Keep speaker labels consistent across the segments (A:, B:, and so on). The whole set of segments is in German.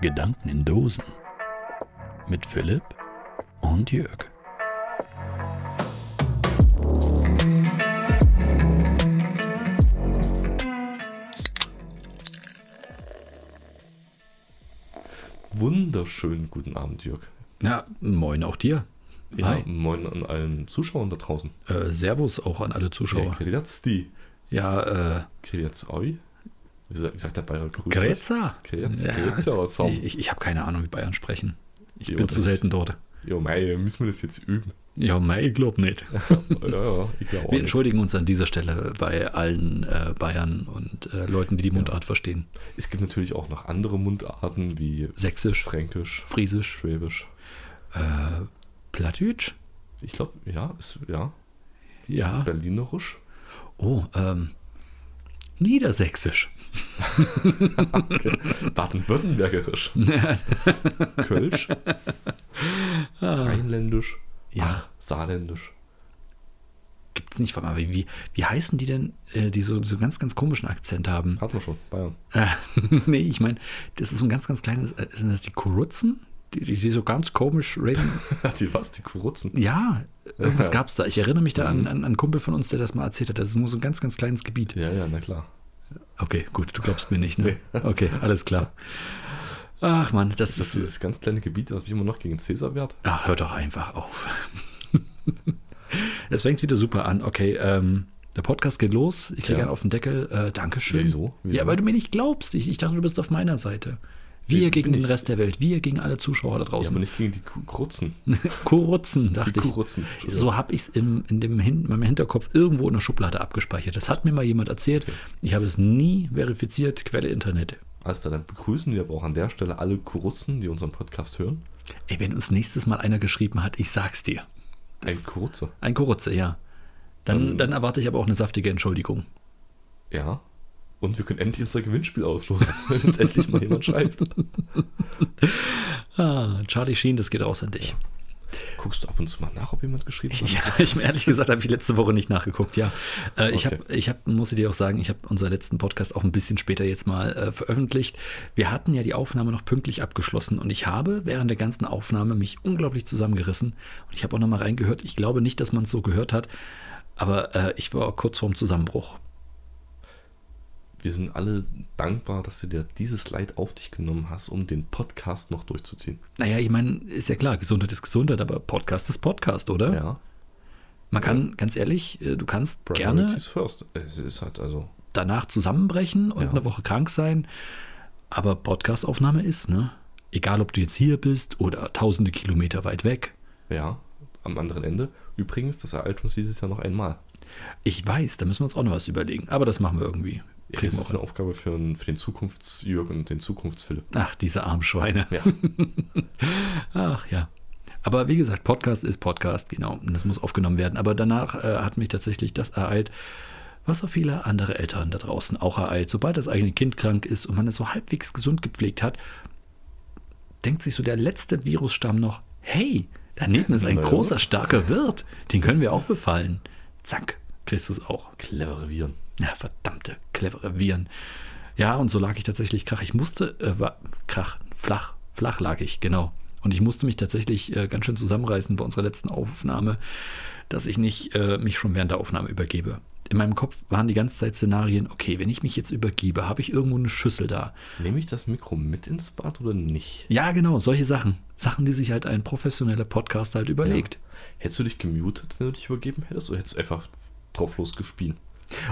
A: Gedanken in Dosen mit Philipp und Jörg.
B: Wunderschönen guten Abend, Jörg.
A: Ja, moin auch dir.
B: Ja,
A: Hi.
B: moin an allen Zuschauern da draußen.
A: Äh, Servus auch an alle Zuschauer.
B: Grüezi.
A: Ja, äh,
B: Grüezi euch. Wie sagt- wie sagt der Bayer? Grüß euch?
A: Greza.
B: Grüezi.
A: Ja.
B: Grüezi aber
A: Ich,
B: zusammen.
A: ich, ich habe keine Ahnung, wie Bayern sprechen. Ich
B: Jo,
A: bin zu
B: das-
A: selten dort.
B: Jo, mei, müssen wir das jetzt üben?
A: Ja, mei, ich glaube nicht.
B: ja, ja, ich glaube auch
A: Wir
B: nicht.
A: entschuldigen uns an dieser Stelle bei allen äh, Bayern und äh, Leuten, die die Mundart verstehen.
B: Es gibt natürlich auch noch andere Mundarten wie
A: Sächsisch,
B: Fränkisch,
A: Friesisch,
B: Schwäbisch.
A: äh, Plattdeutsch?
B: Ich glaube, ja, ist, ja,
A: Ja.
B: Berlinerisch.
A: Oh, ähm, Niedersächsisch.
B: Okay. Baden-Württembergerisch. Kölsch.
A: Ah.
B: Rheinländisch.
A: Ja.
B: Ach, Saarländisch.
A: Gibt's nicht, warte mal, wie, wie, wie heißen die denn, äh, die so, so ganz, ganz komischen Akzent haben?
B: Hatten wir schon, Bayern.
A: Äh, nee, ich meine, das ist so ein ganz, ganz kleines, äh, sind das die Kurutzen? Die, die, die so ganz komisch reden.
B: Die was? Die Kurutzen?
A: Ja, irgendwas
B: Ja. Mhm.
A: gab's da. Ich erinnere mich da an, an, an einen Kumpel von uns, der das mal erzählt hat. Das ist nur so ein ganz, ganz kleines Gebiet.
B: Ja, ja, na klar.
A: Okay, gut, du glaubst mir nicht, ne? Okay, alles klar. Ach man, das
B: Das ist
A: ist.
B: dieses ganz kleine Gebiet, was sich immer noch gegen Cäsar wehrt.
A: Ach, hör doch einfach auf. Es fängt wieder super an. Okay, ähm, der Podcast geht los. Ich kriege
B: Ja.
A: einen auf den Deckel. Äh, Dankeschön.
B: Wieso? Wieso?
A: Ja, weil du mir nicht glaubst. Ich, ich dachte, du bist auf meiner Seite. Wir
B: Wie-
A: gegen
B: bin
A: den
B: ich?
A: Rest der Welt. Wir gegen alle Zuschauer da
B: Ja, aber
A: draußen.
B: nicht gegen die Ku- Kurutzen.
A: Kurutzen,
B: Die
A: dachte ich.
B: Kurutzen.
A: So habe ich es in dem Hin meinem Hinterkopf irgendwo in der Schublade abgespeichert. Das hat mir mal jemand erzählt. Ich habe es nie verifiziert. Quelle Internet.
B: Alles klar, dann begrüßen wir aber auch an der Stelle alle Kurutzen, die unseren Podcast hören.
A: Ey, wenn uns nächstes Mal einer geschrieben hat, ich sag's dir.
B: Ein Kurze.
A: Ein Kurze, ja. Dann, dann erwarte ich aber auch eine saftige Entschuldigung.
B: Ja. Und wir können endlich unser Gewinnspiel auslosen, wenn uns endlich mal jemand schreibt.
A: Ah, Charlie Sheen, das geht raus an dich.
B: Guckst du ab und zu mal nach, ob jemand geschrieben hat?
A: Ja, ich, ehrlich gesagt habe ich letzte Woche nicht nachgeguckt, ja. Äh, ich
B: Okay.
A: habe, ich hab, muss ich dir auch sagen, ich habe unseren letzten Podcast auch ein bisschen später jetzt mal äh, veröffentlicht. Wir hatten ja die Aufnahme noch pünktlich abgeschlossen und ich habe während der ganzen Aufnahme mich unglaublich zusammengerissen und ich habe auch nochmal reingehört. Ich glaube nicht, dass man es so gehört hat, aber äh, ich war kurz vorm Zusammenbruch.
B: Wir sind alle dankbar, dass du dir dieses Leid auf dich genommen hast, um den Podcast noch durchzuziehen.
A: Naja, ich meine, ist ja klar, Gesundheit ist Gesundheit, aber Podcast ist Podcast, oder?
B: Ja.
A: Man kann, ganz ehrlich, äh, du kannst gerne
B: Priorities first. Es ist halt also.
A: danach zusammenbrechen und
B: Ja.
A: eine Woche krank sein, aber Podcastaufnahme ist, ne? Egal, ob du jetzt hier bist oder tausende Kilometer weit weg.
B: Ja, am anderen Ende. Übrigens, das ereilt uns dieses Jahr noch einmal.
A: Ich weiß, da müssen wir uns auch noch was überlegen, aber das machen wir irgendwie.
B: Ja,
A: Kriegen
B: das
A: wir
B: ist
A: auch. hin.
B: eine Aufgabe für, einen- für den Zukunftsjürg und den Zukunftsphilipp.
A: Ach, diese armen Schweine.
B: Ja.
A: Ach ja. Aber wie gesagt, Podcast ist Podcast, genau. Und das muss aufgenommen werden. Aber danach äh, hat mich tatsächlich das ereilt, was so viele andere Eltern da draußen auch ereilt. Sobald das eigene Kind krank ist und man es so halbwegs gesund gepflegt hat, denkt sich so der letzte Virusstamm noch, hey, daneben ist ein
B: Naja.
A: großer, starker Wirt. Den können wir auch befallen. Zack, kriegst du es auch.
B: Clevere Viren.
A: Ja, verdammte, clevere Viren. Ja, und so lag ich tatsächlich krach. Ich musste, äh, war, krach, flach, flach lag ich, genau. Und ich musste mich tatsächlich äh, ganz schön zusammenreißen bei unserer letzten Aufnahme, dass ich nicht äh, mich schon während der Aufnahme übergebe. In meinem Kopf waren die ganze Zeit Szenarien, okay, wenn ich mich jetzt übergebe, habe ich irgendwo eine Schüssel da.
B: Nehme ich das Mikro mit ins Bad oder nicht?
A: Ja, genau, solche Sachen. Sachen, die sich halt ein professioneller Podcast halt überlegt.
B: Hättest du dich gemutet, wenn du dich übergeben hättest, oder hättest du einfach drauf losgespielt?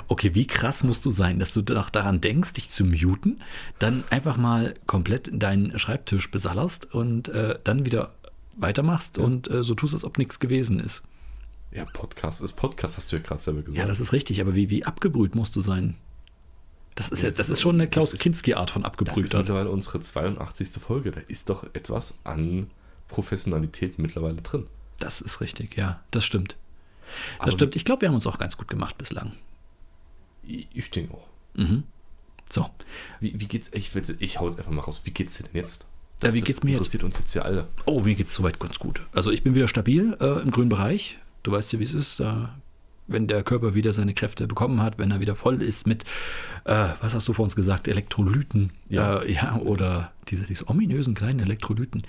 A: Okay, wie krass musst du sein, dass du noch daran denkst, dich zu muten, dann einfach mal komplett deinen Schreibtisch besallerst und äh, dann wieder weitermachst und äh, so tust, als ob nichts gewesen ist.
B: Ja, Podcast ist Podcast, hast du ja gerade selber gesagt.
A: Ja, das ist richtig, aber wie, wie abgebrüht musst du sein? Das ist, ja,
B: Das-
A: das ist schon eine
B: das
A: Klaus
B: ist-
A: Kinski-Art von
B: das ist
A: abgebrühter.
B: mittlerweile unsere 82. Folge. Da ist doch etwas an Professionalität mittlerweile drin.
A: Das ist richtig, ja, das stimmt. Das
B: Aber
A: stimmt. Ich glaube, wir haben uns auch ganz gut gemacht bislang. Mhm.
B: Ich, ich denke auch.
A: So,
B: Wie, wie geht's? Ich, will's- ich hau jetzt einfach mal raus. Wie geht's dir denn jetzt?
A: wie geht's mir jetzt?
B: interessiert uns jetzt ja alle.
A: Oh, mir geht's soweit ganz gut. Also ich bin wieder stabil äh, im grünen Bereich. Du weißt ja, wie es ist. Da wenn der Körper wieder seine Kräfte bekommen hat, wenn er wieder voll ist mit, äh, was hast du vor uns gesagt, Elektrolyten, ja, äh, ja oder diese, diese ominösen kleinen Elektrolyten.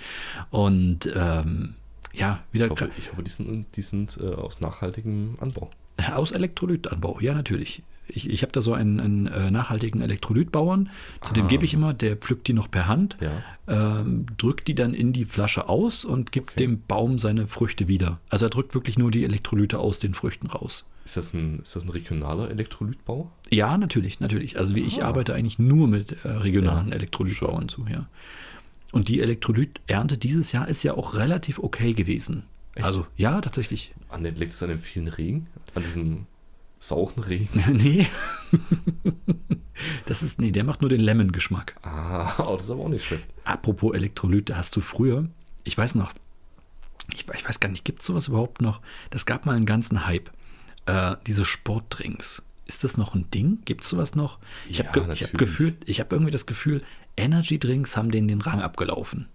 A: Und ähm, ja, wieder.
B: Ich hoffe, ich hoffe die sind, die sind äh, aus nachhaltigem Anbau.
A: Aus Elektrolytanbau, ja, natürlich. Ich, ich habe da so einen, einen äh, nachhaltigen Elektrolytbauern, zu dem
B: Ah.
A: gebe ich immer, der pflückt die noch per Hand,
B: Ja.
A: ähm, drückt die dann in die Flasche aus und gibt
B: Okay.
A: dem Baum seine Früchte wieder. Also er drückt wirklich nur die Elektrolyte aus den Früchten raus.
B: Ist das ein, ist das ein regionaler Elektrolytbau?
A: Ja, natürlich, natürlich. Also wie ich
B: Ah.
A: arbeite eigentlich nur mit äh, regionalen Elektrolytbauern zu, ja. Und die Elektrolyternte dieses Jahr ist ja auch relativ okay gewesen.
B: Echt?
A: Also ja, tatsächlich.
B: An den, Ah, liegt es an dem vielen Regen? An diesem sauren Regen?
A: nee. das ist, nee, der macht nur den Lemon-Geschmack.
B: Ah, oh, das ist aber auch nicht schlecht.
A: Apropos Elektrolyte, hast du früher, ich weiß noch, ich, ich weiß gar nicht, gibt es sowas überhaupt noch? Das gab mal einen ganzen Hype. Äh, diese Sportdrinks. Ist das noch ein Ding? Gibt es sowas noch? Ich
B: Ja,
A: habe ge ich hab
B: natürlich.
A: gefühlt, ich habe irgendwie das Gefühl, Energy-Drinks haben denen den Rang abgelaufen.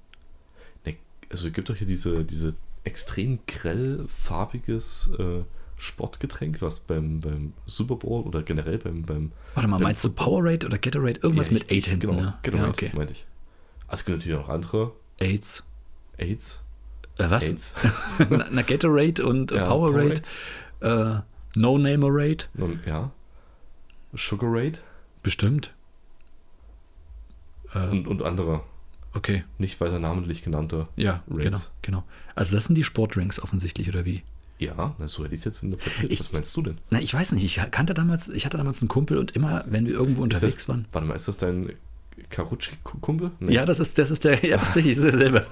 B: Ne, also es gibt doch hier diese, diese extrem grellfarbiges äh, Sportgetränk, was beim, beim Super Bowl oder generell beim. beim
A: Warte mal,
B: beim
A: meinst du Powerade oder Gatorade? Irgendwas
B: Ja, ich-
A: mit Aid
B: ich-
A: hinten,
B: Genau,
A: ne?
B: genau
A: ja,
B: okay.
A: okay.
B: meinte ich. Also es gibt natürlich auch noch andere.
A: Aids.
B: AIDS.
A: Äh, was?
B: AIDS.
A: na, na, Gatorade und äh,
B: Ja,
A: Powerade. Äh, No-Namerade.
B: Nun, ja. Sugarade
A: Bestimmt. Äh,
B: und, und andere
A: okay.
B: nicht weiter namentlich genannte.
A: Ja,
B: Raids.
A: genau, genau. Also das sind die Sportdrinks offensichtlich, oder wie?
B: Ja, na, so hätte ich es jetzt interpretiert.
A: Ich-
B: Was meinst du denn?
A: Na, ich weiß nicht. Ich kannte damals, ich hatte damals einen Kumpel und immer, wenn wir irgendwo
B: Ist
A: unterwegs
B: das,
A: waren.
B: Warte mal, ist das dein Karutschi-Kumpel? Nee. Ah.
A: Ja, das ist, das ist der, ja, tatsächlich ist es derselbe.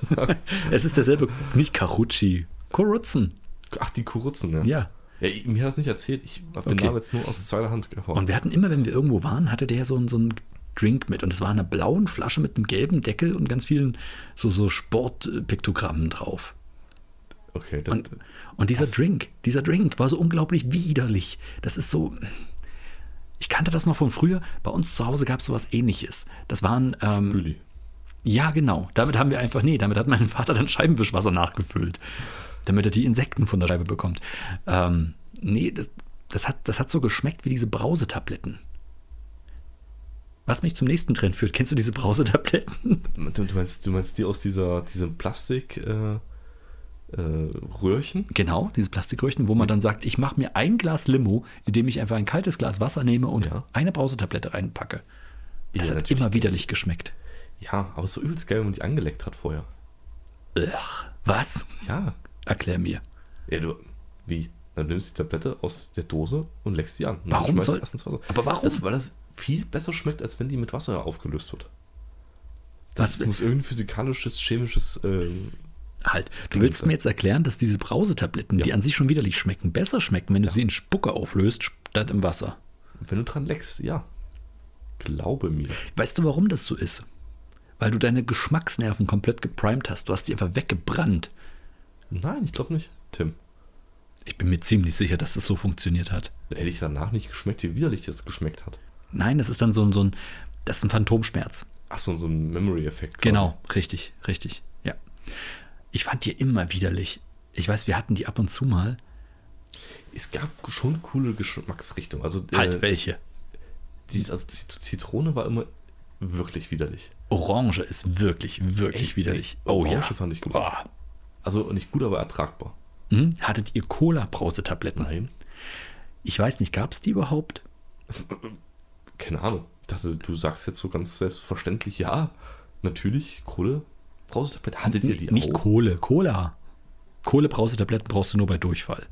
A: es ist derselbe, nicht Karutschi, Kurutzen.
B: Ach, die Kurutzen, ne?
A: Ja.
B: Ja, ich- mir hat es nicht erzählt. Ich habe den
A: Okay.
B: Namen jetzt nur aus zweiter Hand gehört.
A: Und wir hatten immer, wenn wir irgendwo waren, hatte der so, einen- so einen Drink mit. Und es war in einer blauen Flasche mit einem gelben Deckel und ganz vielen so, so Sportpiktogrammen drauf.
B: okay, äh, das,
A: Und, und dieser Drink, dieser Drink war so unglaublich widerlich. Das ist so. Ich kannte das noch von früher. Bei uns zu Hause gab es sowas ähnliches. Das waren. Ähm,
B: Büli.
A: ja, genau. Damit haben wir einfach. Nee, damit hat mein Vater dann Scheibenwischwasser nachgefüllt. Damit er die Insekten von der Scheibe bekommt. Ähm, nee, das, das, hat, das hat so geschmeckt wie diese Brausetabletten. Was mich zum nächsten Trend führt. Kennst du diese Brausetabletten?
B: Du, du, meinst, du meinst die aus dieser, diesem Plastik äh, äh, Röhrchen?
A: Genau, dieses Plastikröhrchen, wo man dann sagt, ich mache mir ein Glas Limo, indem ich einfach ein kaltes Glas Wasser nehme und
B: Ja.
A: eine Brausetablette reinpacke. Das
B: Ja,
A: hat
B: natürlich
A: immer
B: kenn
A: widerlich geschmeckt.
B: Ja, aber so übelst geil, wenn man die angeleckt hat vorher.
A: Ugh, was?
B: Ja.
A: Erklär mir.
B: Ja, du, wie? Dann nimmst du die Tablette aus der Dose und leckst die an. Und
A: Warum
B: dann schmeißt du
A: soll-
B: erst ins Wasser.
A: Aber warum?
B: Das, weil das viel besser schmeckt, als wenn die mit Wasser aufgelöst wird.
A: Was-
B: Das muss irgendein physikalisches, chemisches. Äh,
A: Halt, du willst mir jetzt erklären, dass diese Brausetabletten, die an sich schon widerlich schmecken, besser schmecken, wenn du sie in Spucke auflöst, statt im Wasser.
B: wenn du dran leckst, ja. Glaube mir.
A: Weißt du, warum das so ist? Weil du deine Geschmacksnerven komplett geprimed hast. Du hast die einfach weggebrannt.
B: Nein, ich glaube nicht. Tim.
A: Ich bin mir ziemlich sicher, dass das so funktioniert hat.
B: Dann hätte ich danach nicht geschmeckt, wie widerlich das geschmeckt hat.
A: Nein, das ist dann so ein, so ein, das ist ein Phantomschmerz.
B: Ach so, so ein Memory-Effekt. quasi.
A: Genau, richtig, richtig. Ja. Ich fand die immer widerlich. Ich weiß, wir hatten die ab und zu mal.
B: Es gab schon coole Geschmacksrichtungen. Also, äh,
A: Halt, welche?
B: dies, also Zit- Zitrone war immer wirklich widerlich.
A: Orange ist wirklich, wirklich
B: Echt?
A: widerlich. Oh
B: Nee, Orange fand ich gut.
A: Boah.
B: Also nicht gut, aber ertragbar.
A: Hm? Hattet ihr Cola-Brausetabletten?
B: Nein.
A: Ich weiß nicht, gab es die überhaupt?
B: Keine Ahnung. Ich dachte, du sagst jetzt so ganz selbstverständlich, ja, natürlich, Kohle, Brausetablette. Hattet ihr die
A: N- nicht
B: auch?
A: Kohle, Cola. Kohle-Brausetabletten brauchst du nur bei Durchfall.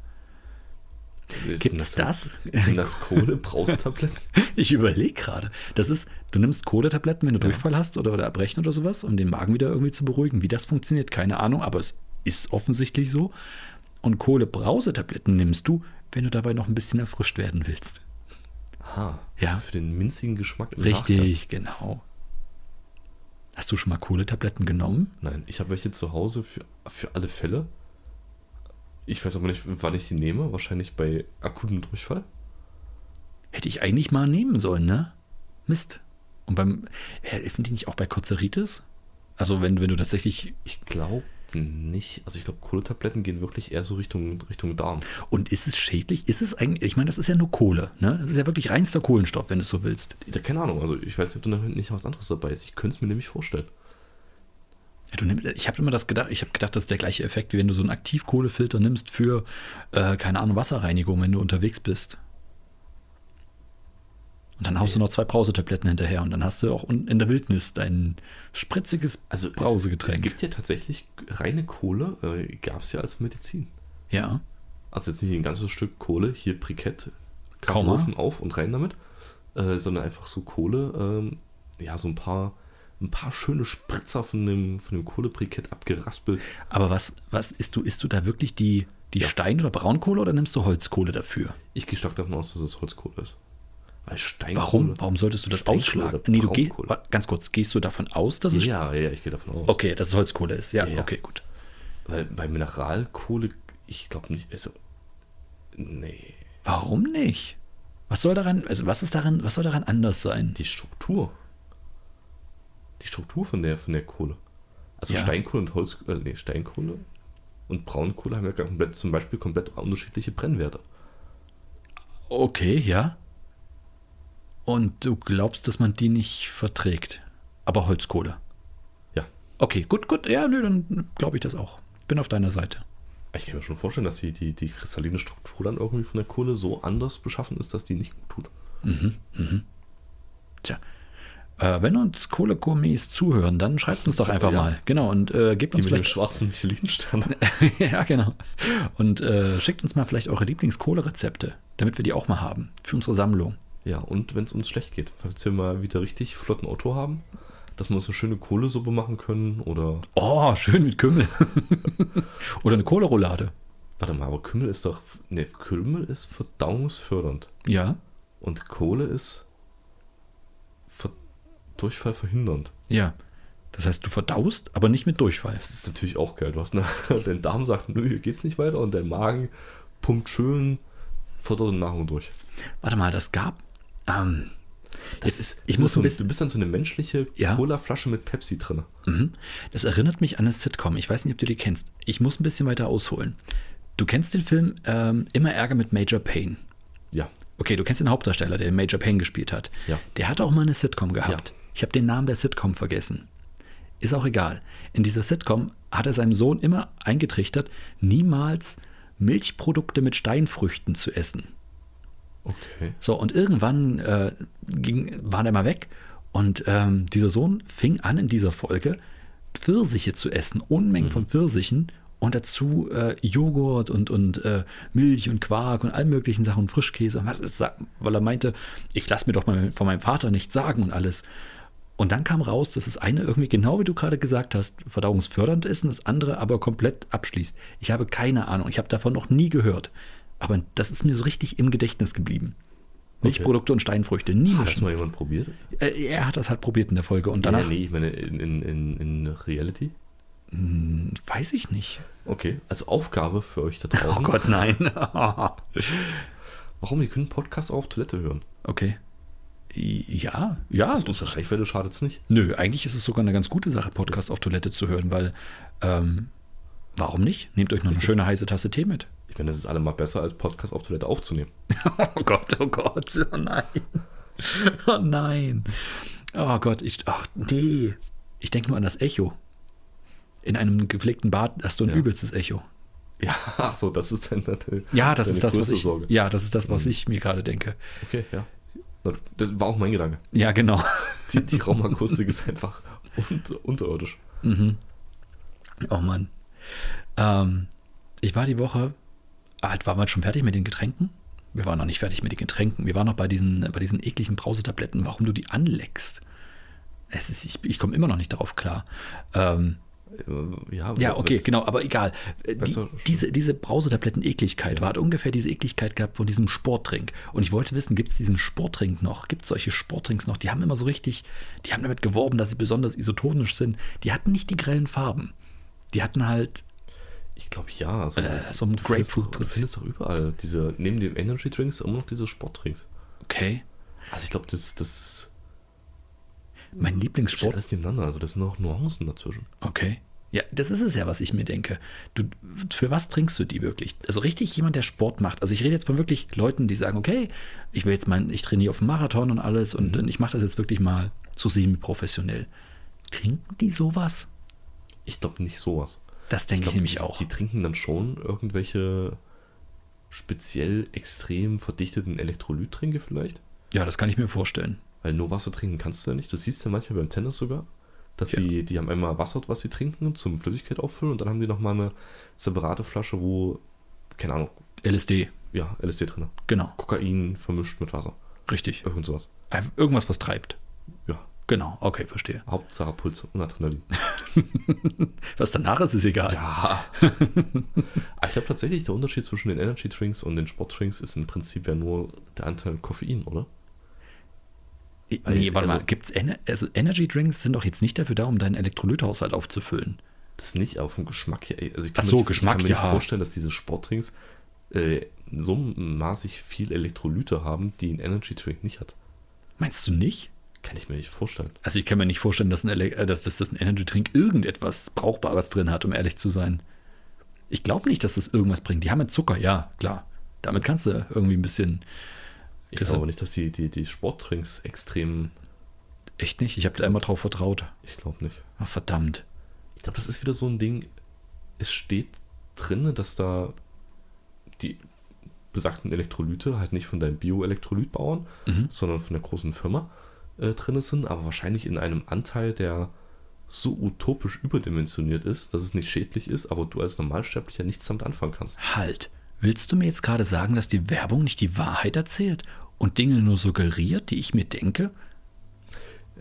B: Sind
A: Gibt's das?
B: Sind das Kohle, Brausetabletten?
A: Ich überlege gerade. Das ist, du nimmst Kohletabletten, wenn du Durchfall hast oder, oder Erbrechen oder sowas, um den Magen wieder irgendwie zu beruhigen. Wie das funktioniert, keine Ahnung, aber es ist offensichtlich so. Und Kohlebrausetabletten nimmst du, wenn du dabei noch ein bisschen erfrischt werden willst.
B: Ah,
A: Ja.
B: Für den minzigen Geschmack. im Nachgang.
A: Richtig, genau. Hast du schon mal Kohletabletten genommen?
B: Nein, ich habe welche zu Hause für, für alle Fälle. Ich weiß aber nicht, wann ich die nehme. Wahrscheinlich bei akutem Durchfall.
A: Hätte ich eigentlich mal nehmen sollen, ne? Mist. Und beim, helfen die nicht auch bei Kozeritis? Also wenn, wenn du tatsächlich
B: Ich glaube nicht. Also ich glaube, Kohletabletten gehen wirklich eher so Richtung, Richtung Darm.
A: Und ist es schädlich? Ist es eigentlich, ich meine, das ist ja nur Kohle, ne? Das ist ja wirklich reinster Kohlenstoff, wenn du es so willst.
B: Ja, Keine Ahnung, also ich weiß nicht, ob da nicht noch was anderes dabei ist. Ich könnte es mir nämlich vorstellen.
A: Ja, du nimmst, ich habe immer das gedacht, ich habe gedacht, das ist der gleiche Effekt, wie wenn du so einen Aktivkohlefilter nimmst für, äh, keine Ahnung, Wasserreinigung, wenn du unterwegs bist. Und dann haust du noch zwei Brausetabletten hinterher und dann hast du auch unten in der Wildnis dein spritziges
B: Also es-
A: Brausegetränk.
B: Es gibt ja tatsächlich reine Kohle, äh, gab es ja als Medizin.
A: ja.
B: Also jetzt nicht ein ganzes Stück Kohle, hier Brikett,
A: Kaum,
B: Ofen auf und rein damit, äh, sondern einfach so Kohle, ähm, ja, so ein paar, ein paar schöne Spritzer von dem, von dem Kohlebrikett abgeraspelt.
A: Aber was, was isst du, isst du da wirklich die, die
B: Ja.
A: Stein- oder Braunkohle oder nimmst du Holzkohle dafür?
B: Ich gehe stark davon aus, dass es Holzkohle ist. Weil Steinkohle.
A: Warum? Warum solltest du das
B: Steinkohle
A: ausschlagen?
B: oder
A: Nee, du gehst,
B: Braunkohle?
A: warte, ganz kurz, gehst du davon aus, dass es.
B: Ja, ja, ich gehe davon aus.
A: Okay, dass es Holzkohle ist. Ja,
B: Ja, ja.
A: okay, gut.
B: Weil bei Mineralkohle, ich glaube nicht, also. Nee.
A: Warum nicht? Was soll daran, also was ist daran, was soll daran anders sein?
B: Die Struktur. Die Struktur von der, von der Kohle. Also
A: Ja.
B: Steinkohle und Holz, äh, nee, Steinkohle und Braunkohle haben ja komplett, zum Beispiel komplett unterschiedliche Brennwerte.
A: Okay, ja. Und du glaubst, dass man die nicht verträgt. Aber Holzkohle.
B: Ja.
A: Okay, gut, gut. Ja, nö, dann glaube ich das auch. Bin auf deiner Seite.
B: Ich kann mir schon vorstellen, dass die, die, die kristalline Struktur dann irgendwie von der Kohle so anders beschaffen ist, dass die nicht gut tut.
A: Tja. Äh, wenn uns Kohlegourmets zuhören, dann schreibt uns doch einfach
B: Ja.
A: mal. Genau, und äh, gebt
B: Die
A: uns
B: mit dem
A: vielleicht.
B: schwarzen Michelinstern.
A: ja, genau. Und äh, schickt uns mal vielleicht eure Lieblingskohlerezepte, damit wir die auch mal haben. Für unsere Sammlung.
B: Ja, und wenn es uns schlecht geht, falls wir mal wieder richtig flotten Auto haben, dass wir uns eine schöne Kohlesuppe machen können oder.
A: Oh, schön mit Kümmel. Oder eine Kohleroulade.
B: Warte mal, aber Kümmel ist doch. Ne, Kümmel ist verdauungsfördernd.
A: Ja,
B: Und Kohle ist. Ver Durchfall verhindernd.
A: ja. Das heißt, du verdaust, aber nicht mit Durchfall.
B: Das ist natürlich auch geil. Du hast eine, dein Darm sagt, nö, hier geht's nicht weiter und dein Magen pumpt schön verdorrte Nahrung durch.
A: Warte mal, das gab. Ähm, jetzt, ich
B: Das
A: muss
B: ist so,
A: ein
B: ein-
A: bisschen.
B: Du bist dann so eine menschliche
A: Ja.
B: Cola-Flasche mit Pepsi drin.
A: Mhm. Das erinnert mich an eine Sitcom. Ich weiß nicht, ob du die kennst. Ich muss ein bisschen weiter ausholen. Du kennst den Film ähm, Immer Ärger mit Major Payne.
B: Ja.
A: Okay, du kennst den Hauptdarsteller, der Major Payne gespielt hat.
B: Ja.
A: Der hat auch mal eine Sitcom gehabt. Ich habe den Namen der Sitcom vergessen. Ist auch egal. In dieser Sitcom hat er seinem Sohn immer eingetrichtert, niemals Milchprodukte mit Steinfrüchten zu essen.
B: Okay.
A: So, und irgendwann äh, ging, war der mal weg und ähm, dieser Sohn fing an in dieser Folge Pfirsiche zu essen, Unmengen von Pfirsichen und dazu äh, Joghurt und, und äh, Milch und Quark und all möglichen Sachen, Frischkäse, und was- das sagt- weil er meinte, ich lasse mir doch mal von meinem Vater nichts sagen und alles. Und dann kam raus, dass das eine irgendwie genau wie du gerade gesagt hast, verdauungsfördernd ist und das andere aber komplett abschließt. Ich habe keine Ahnung, ich habe davon noch nie gehört. Aber das ist mir so richtig im Gedächtnis geblieben. Milchprodukte und Steinfrüchte, nie
B: Hast du
A: mischen.
B: mal jemand probiert?
A: Äh, er hat das halt probiert in der Folge und danach
B: Ja, nee, ich meine in, in, in, in Reality.
A: weiß ich nicht. Hm.
B: Okay, als Aufgabe für euch
A: Oh
B: da draußen.
A: nein.
B: Warum? Die können Podcasts auf Toilette hören.
A: okay. Ja, ja.
B: Also unsere Reichweite schadet es nicht.
A: Nö, eigentlich ist es sogar eine ganz gute Sache, Podcast auf Toilette zu hören, weil ähm, warum nicht? Nehmt euch noch eine schöne heiße Tasse Tee mit.
B: Ich meine, das ist allemal besser, als Podcast auf Toilette aufzunehmen.
A: Oh Gott, oh Gott, oh nein. Oh nein. Oh Gott, ich. Ach nee. Ich denke nur an das Echo. In einem gepflegten Bad hast du ein
B: Ja.
A: übelstes Echo.
B: Ja, ach so, das ist dann natürlich.
A: Ja, das
B: deine
A: ist das, was
B: größte
A: ich.
B: Sorge. Mhm.
A: Ja, das ist das, was ich mir gerade denke.
B: Okay, ja. Na, Das war auch mein Gedanke.
A: Ja, genau.
B: Die, die Raumakustik ist einfach und, unterirdisch.
A: Oh Mann. Ähm, ich war die Woche. Ah, war man schon fertig mit den Getränken? Wir waren noch nicht fertig mit den Getränken. Wir waren noch bei diesen, bei diesen ekligen Brausetabletten. Warum du die anleckst? Es ist, ich ich komme immer noch nicht darauf klar. Ähm,
B: Äh, Ja,
A: Ja, okay,
B: jetzt-
A: genau, aber egal. Äh, Die,
B: Besser schon.
A: diese, diese Brausetabletten-Ekligkeit war hat ungefähr diese Ekligkeit gehabt von diesem Sporttrink. Und ich wollte wissen, gibt es diesen Sporttrink noch? Gibt es solche Sporttrinks noch? Die haben immer so richtig, die haben damit geworben, dass sie besonders isotonisch sind. Die hatten nicht die grellen Farben. Die hatten halt
B: Ich glaube ja. Also,
A: äh, so ein
B: du findest doch-
A: Grapefruit.
B: Du findest doch überall diese, neben den Energy Drinks immer noch diese Sportdrinks.
A: Okay.
B: Also ich glaube, das, das
A: Mein
B: steht
A: Lieblingssport.
B: Mhm. alles nebeneinander. Also das sind auch Nuancen dazwischen.
A: Okay. Ja, das ist es ja, was ich mir denke. Du, für was trinkst du die wirklich? Also richtig jemand, der Sport macht. Also ich rede jetzt von wirklich Leuten, die sagen, okay, ich will jetzt meinen, ich trainiere auf dem Marathon und alles und äh, ich mache das jetzt wirklich mal so semi-professionell. Trinken die sowas?
B: Ich glaube nicht sowas.
A: Das denke ich,
B: glaub,
A: nämlich
B: die,
A: auch.
B: Die trinken dann schon irgendwelche speziell extrem verdichteten Elektrolyttränke vielleicht.
A: Ja, das kann ich mir vorstellen.
B: Weil nur Wasser trinken kannst du ja nicht. Du siehst ja manchmal beim Tennis sogar, dass
A: Ja.
B: die, die haben einmal Wasser, was sie trinken, zum Flüssigkeit auffüllen und dann haben die nochmal eine separate Flasche, wo, keine Ahnung,
A: LSD,
B: ja, LSD drin.
A: genau,
B: Kokain vermischt mit Wasser.
A: richtig.
B: Irgend sowas.
A: Einfach Irgendwas, was treibt.
B: Ja.
A: Genau, okay, verstehe.
B: Hauptsache Puls und Adrenalin.
A: Was danach ist, ist egal.
B: Ja. Aber ich glaube tatsächlich, der Unterschied zwischen den Energy Drinks und den Sport Drinks ist im Prinzip ja nur der Anteil Koffein, oder?
A: nee, warte
B: also-
A: mal, gibt's Ener also Energy Drinks sind doch jetzt nicht dafür da, um deinen Elektrolythaushalt aufzufüllen.
B: Das nicht, aber vom Geschmack her. ey, Also ich
A: Ach
B: mir
A: so,
B: nicht,
A: Geschmack,
B: ich kann mir
A: ja.
B: nicht vorstellen, dass diese Sportdrinks äh, so maßig viel Elektrolyte haben, die ein Energy Drink nicht hat.
A: Meinst du nicht?
B: Kann ich mir nicht vorstellen.
A: Also ich kann mir nicht vorstellen, dass, ein Ele äh, dass, dass, dass ein Energy Drink irgendetwas Brauchbares drin hat, um ehrlich zu sein. Ich glaube nicht, dass das irgendwas bringt. Die haben ja Zucker, ja, klar. Damit kannst du irgendwie ein bisschen.
B: Ich
A: Das
B: glaube
A: sind-
B: aber nicht, dass die, die, die Sportdrinks extrem.
A: Echt nicht? Ich habe da immer drauf vertraut.
B: Ich glaube nicht.
A: Ach, verdammt.
B: Ich glaube, das ist wieder so ein Ding. Es steht drin, dass da die besagten Elektrolyte halt nicht von deinen Bio-Elektrolytbauern,
A: Mhm.
B: sondern von der großen Firma äh, drin sind, aber wahrscheinlich in einem Anteil, der so utopisch überdimensioniert ist, dass es nicht schädlich ist, aber du als Normalsterblicher nichts damit anfangen kannst.
A: Halt. Willst du mir jetzt gerade sagen, dass die Werbung nicht die Wahrheit erzählt und Dinge nur suggeriert, die ich mir denke?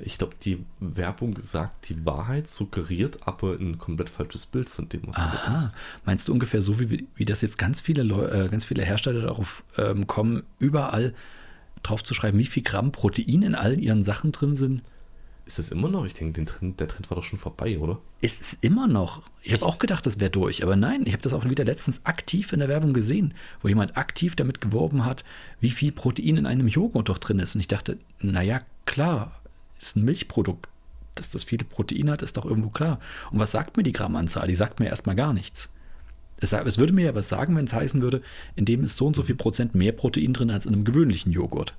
B: Ich glaube, die Werbung sagt die Wahrheit, suggeriert aber ein komplett falsches Bild von dem, was du
A: Aha. Meinst du ungefähr so, wie, wie das jetzt ganz viele, Leu äh, ganz viele Hersteller darauf ähm, kommen, überall drauf zu schreiben, wie viel Gramm Protein in all ihren Sachen drin sind?
B: Ist das immer noch? Ich denke, den Trend, der Trend war doch schon vorbei, oder?
A: Es ist immer noch. Ich
B: Echt?
A: habe auch gedacht, das wäre durch, aber nein, ich habe das auch wieder letztens aktiv in der Werbung gesehen, wo jemand aktiv damit geworben hat, wie viel Protein in einem Joghurt doch drin ist. Und ich dachte, naja, klar, ist ein Milchprodukt. Dass das viele Protein hat, ist doch irgendwo klar. Und was sagt mir die Grammanzahl? Die sagt mir erstmal gar nichts. Es, sa- es würde mir ja was sagen, wenn es heißen würde, in dem ist so und so viel Prozent mehr Protein drin als in einem gewöhnlichen Joghurt.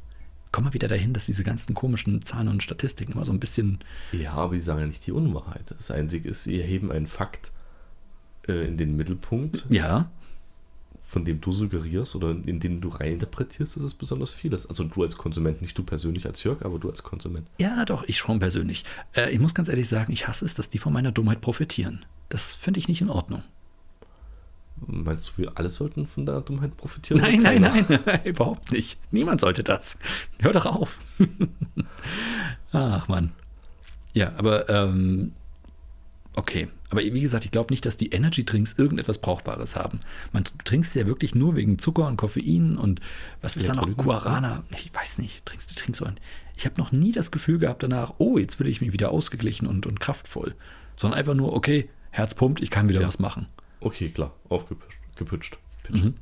A: Kommen wir wieder dahin, dass diese ganzen komischen Zahlen und Statistiken immer so ein bisschen
B: Ja, aber die sagen ja nicht die Unwahrheit. Das Einzige ist, sie erheben einen Fakt äh, in den Mittelpunkt,
A: ja,
B: von dem du suggerierst oder in den du reininterpretierst, dass es besonders viel ist. Also du als Konsument, nicht du persönlich als Jörg, aber du als Konsument.
A: Ja, doch, ich schon persönlich. Äh, ich muss ganz ehrlich sagen, ich hasse es, dass die von meiner Dummheit profitieren. Das finde ich nicht in Ordnung.
B: Meinst du, wir alle sollten von der Dummheit profitieren?
A: Nein,
B: Oder
A: nein,
B: keiner?
A: nein, überhaupt nicht. Niemand sollte das. Hör doch auf. Ach, Mann. Ja, aber, ähm, okay. Aber wie gesagt, ich glaube nicht, dass die Energy-Drinks irgendetwas Brauchbares haben. Man trinkt sie ja wirklich nur wegen Zucker und Koffein und was ist da noch?
B: Elektrolyten?
A: Guarana? Ich weiß nicht. Trinkst du trinkst so ein. Ich habe noch nie das Gefühl gehabt danach, oh, jetzt fühle ich mich wieder ausgeglichen und, und kraftvoll. Sondern einfach nur, okay, Herz pumpt, ich kann wieder
B: Ja.
A: was machen.
B: Okay, klar. Aufgepusht. Gepitcht. Pitcht.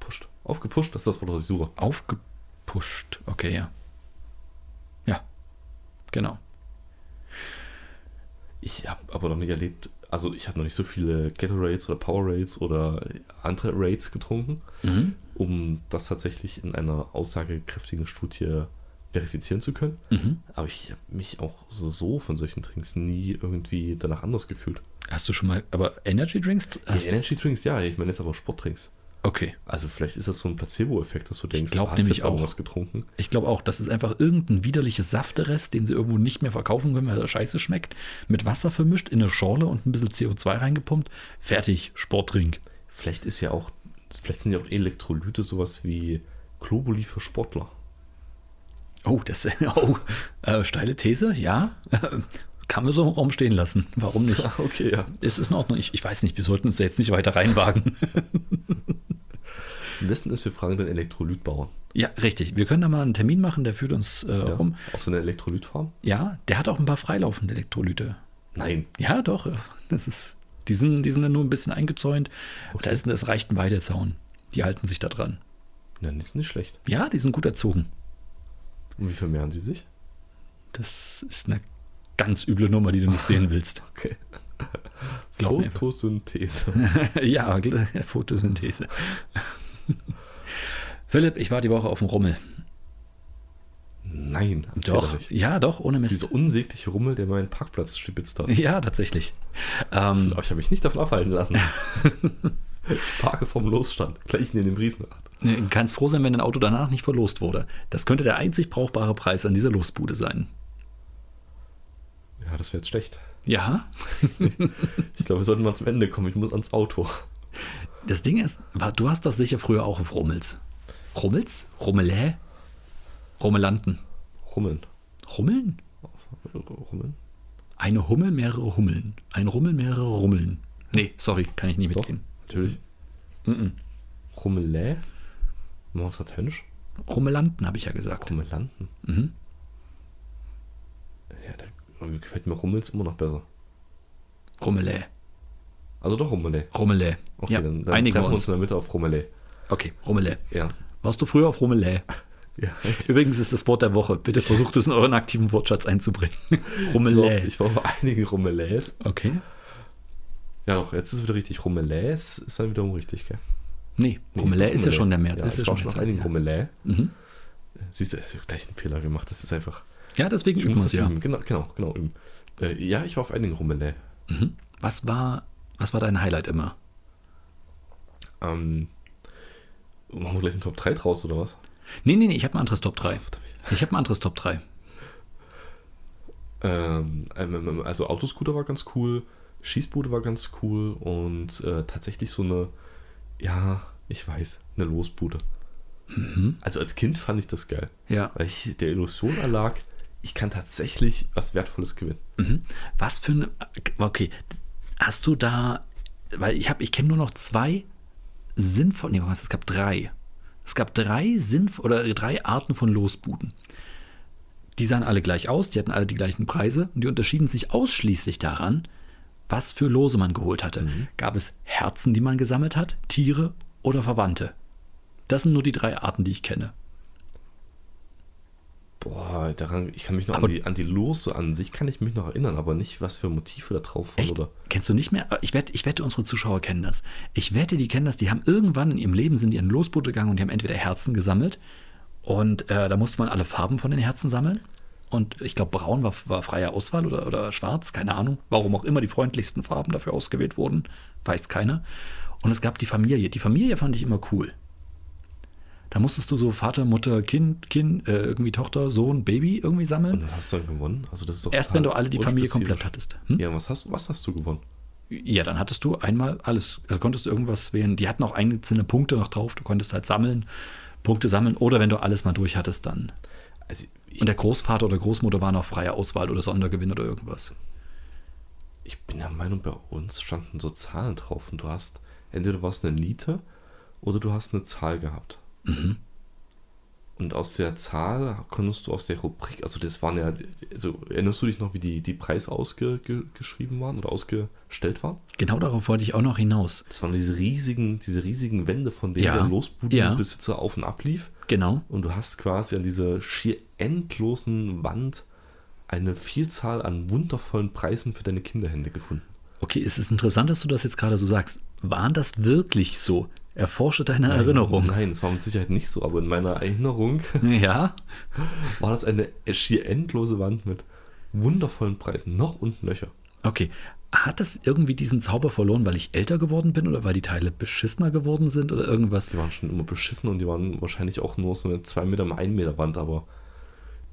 B: Pusht. Aufgepusht, das ist das Wort, was ich suche.
A: Aufgepusht. Okay, ja. Ja, genau.
B: Ich habe aber noch nicht erlebt, also ich habe noch nicht so viele Gatorades oder Powerades oder andere Raids getrunken,
A: Mhm.
B: um das tatsächlich in einer aussagekräftigen Studie verifizieren zu können.
A: Mhm.
B: Aber ich habe mich auch so, so von solchen Drinks nie irgendwie danach anders gefühlt.
A: Hast du schon mal, aber Energy Drinks?
B: Die
A: Hast,
B: Energy Drinks, ja, ich meine jetzt aber Sportdrinks.
A: Okay,
B: Also vielleicht ist das so ein Placebo-Effekt, dass du denkst,
A: glaub
B: du hast
A: nämlich
B: jetzt
A: auch.
B: irgendwas getrunken.
A: ich glaube auch, das ist einfach irgendein widerlicher Safterest, den sie irgendwo nicht mehr verkaufen können, weil er scheiße schmeckt, mit Wasser vermischt, in eine Schorle und ein bisschen CO2 reingepumpt. Fertig, Sportdrink.
B: Vielleicht ist ja auch, vielleicht sind ja auch Elektrolyte sowas wie Globuli für Sportler.
A: Oh, das, oh, äh, steile These, ja. Kann man so im Raum stehen lassen. Warum nicht?
B: Ah, okay, ja.
A: Es ist in Ordnung. Ich, ich weiß nicht, wir sollten uns da jetzt nicht weiter reinwagen.
B: Am besten ist, wir fragen den Elektrolytbauer.
A: Ja, richtig. Wir können da mal einen Termin machen, der führt uns äh,
B: Ja,
A: rum.
B: Auf so einer Elektrolytfarm?
A: Ja, der hat auch ein paar freilaufende Elektrolyte.
B: Nein.
A: Ja, doch. äh, Das ist, die, sind, die sind dann nur ein bisschen eingezäunt. Da ist, das reicht ein Weidezaun. Die halten sich da dran.
B: Nein, ist nicht schlecht.
A: Ja, die sind gut erzogen.
B: Und wie vermehren sie sich?
A: Das ist eine ganz üble Nummer, die du nicht sehen willst.
B: Okay.
A: Glaub mir einfach.
B: Photosynthese.
A: ja, gl- Photosynthese. Philipp, ich war die Woche auf dem Rummel.
B: Nein, erzähl
A: Doch.
B: nicht.
A: Ja, doch, ohne Mist.
B: Dieser unsägliche Rummel, der meinen Parkplatz stibitzt hat.
A: Ja, tatsächlich. Ähm,
B: Aber ich habe mich nicht davon abhalten lassen. ich parke vom Losstand, gleich neben dem Riesenrad.
A: du ne, kannst froh sein, wenn dein Auto danach nicht verlost wurde. Das könnte der einzig brauchbare Preis an dieser Losbude sein.
B: Ja, das wäre jetzt schlecht.
A: Ja,
B: Ich glaube, wir sollten mal zum Ende kommen. Ich muss ans Auto.
A: das Ding ist, wa- du hast das sicher früher auch auf Rummels. Rummels? Rummelä? Rummelanten.
B: Rummeln.
A: Rummeln?
B: Rummeln?
A: Eine Hummel, mehrere Hummeln. Ein Rummel, mehrere Rummeln. Nee, sorry, kann ich nicht
B: Doch,
A: mitgehen.
B: natürlich.
A: Mhm.
B: Rummelä? Was hat Hensch?
A: Rummelanten, habe ich ja gesagt.
B: Rummelanden?
A: Mhm.
B: Ja, da gefällt mir Rummels immer noch besser.
A: Rummelä.
B: Also doch Rummelä.
A: Rummelä.
B: Okay,
A: ja,
B: dann, dann
A: einigen wir
B: treffen wir uns
A: uns.
B: in der Mitte auf Rummelä.
A: Okay, Rummelä.
B: Ja.
A: Warst du früher auf Rummelä?
B: ja.
A: Übrigens ist das Wort der Woche. Bitte versucht es in euren aktiven Wortschatz einzubringen.
B: Ich, war, auf-
A: Rummelä.
B: ich war auf einigen Rummeläs.
A: Okay.
B: Ja, doch, jetzt ist es wieder richtig. Rummeläs ist dann wiederum richtig, gell?
A: Nee,
B: Nee,
A: Rummelä ist ja
B: Rummelä.
A: schon der März.
B: Ja,
A: ist ja
B: ich war
A: schon
B: schon auf
A: der
B: einigen
A: Zeit,
B: Rummelä.
A: ja. Mhm.
B: Siehst du, ich habe gleich einen Fehler gemacht. Das ist einfach.
A: ja, deswegen
B: Ich
A: üben
B: muss
A: wir es ja.
B: das üben. Genau, genau, genau. Üben. Äh, ja, ich war auf einigen Rummelä.
A: Mhm. Was, war, was war dein Highlight immer?
B: Ähm, machen wir gleich einen Top 3 draus oder was?
A: Nee, nee, nee, ich habe ein anderes Top 3. Ich habe ein anderes Top 3.
B: Ähm, ähm, ähm, also Autoscooter war ganz cool, Schießbude war ganz cool und äh, tatsächlich so eine, ja, ich weiß, eine Losbude.
A: Mhm.
B: Also als Kind fand ich das geil,
A: Ja.
B: weil ich der Illusion erlag, ich kann tatsächlich was Wertvolles gewinnen.
A: Mhm. Was für eine. Okay. Hast du da. Weil ich habe, ich kenne nur noch zwei sinnvoll. Nee, was, es gab drei. Es gab drei sinnvoll oder drei Arten von Losbuden. Die sahen alle gleich aus, die hatten alle die gleichen Preise und die unterschieden sich ausschließlich daran, was für Lose man geholt hatte. Gab es Herzen, die man gesammelt hat, Tiere oder Verwandte? Das sind nur die drei Arten, die ich kenne.
B: Boah, daran, ich kann mich noch
A: Aber-
B: an die, an die Lose an sich kann ich mich noch erinnern, aber nicht, was für Motive da drauf waren
A: Echt?
B: oder.
A: Kennst du nicht mehr? Ich wette, ich wette, unsere Zuschauer kennen das. Ich wette, die kennen das. Die haben irgendwann in ihrem Leben sind die an Losboote gegangen und die haben entweder Herzen gesammelt und äh, da musste man alle Farben von den Herzen sammeln. Und ich glaube, braun war, war freie Auswahl oder, oder schwarz, keine Ahnung. Warum auch immer die freundlichsten Farben dafür ausgewählt wurden, weiß keiner. Und es gab die Familie. Die Familie fand ich immer cool. Da musstest du so Vater, Mutter, Kind, Kind, äh, irgendwie Tochter, Sohn, Baby irgendwie sammeln.
B: Und was hast du dann gewonnen? Also das ist doch
A: Erst wenn du
B: total
A: alle die Familie
B: unspezifisch.
A: komplett hattest. Hm?
B: Ja, was hast, was hast du gewonnen?
A: Ja, dann hattest du einmal alles. Also konntest du irgendwas wählen. Die hatten auch einzelne Punkte noch drauf. Du konntest halt sammeln, Punkte sammeln. Oder wenn du alles mal durch hattest, dann.
B: Also ich,
A: Und der Großvater oder Großmutter waren auch freie Auswahl oder Sondergewinn oder irgendwas.
B: ich bin der Meinung, bei uns standen so Zahlen drauf und du hast, entweder du warst eine Niete oder du hast eine Zahl gehabt.
A: Mhm.
B: Und aus der Zahl konntest du aus der Rubrik, also das waren ja, also erinnerst du dich noch, wie die, die Preise ausgeschrieben waren oder ausgestellt waren?
A: Genau darauf wollte ich auch noch hinaus.
B: Das waren diese riesigen, diese riesigen Wände, von denen
A: Ja.
B: der
A: Ja.
B: Losbudenbesitzer auf und ab lief.
A: Genau.
B: Und du hast quasi an dieser schier endlosen Wand eine Vielzahl an wundervollen Preisen für deine Kinderhände gefunden.
A: Okay, es ist interessant, dass du das jetzt gerade so sagst. Waren das wirklich so? Erforsche deine Erinnerung.
B: Nein, es war mit Sicherheit nicht so, aber in meiner Erinnerung
A: Ja?
B: war das eine schier endlose Wand mit wundervollen Preisen, noch und nöcher.
A: Okay. Hat es irgendwie diesen Zauber verloren, weil ich älter geworden bin oder weil die Teile beschissener geworden sind oder irgendwas?
B: Die waren schon immer beschissen und die waren wahrscheinlich auch nur so eine 2 Meter mal 1 Meter Wand, aber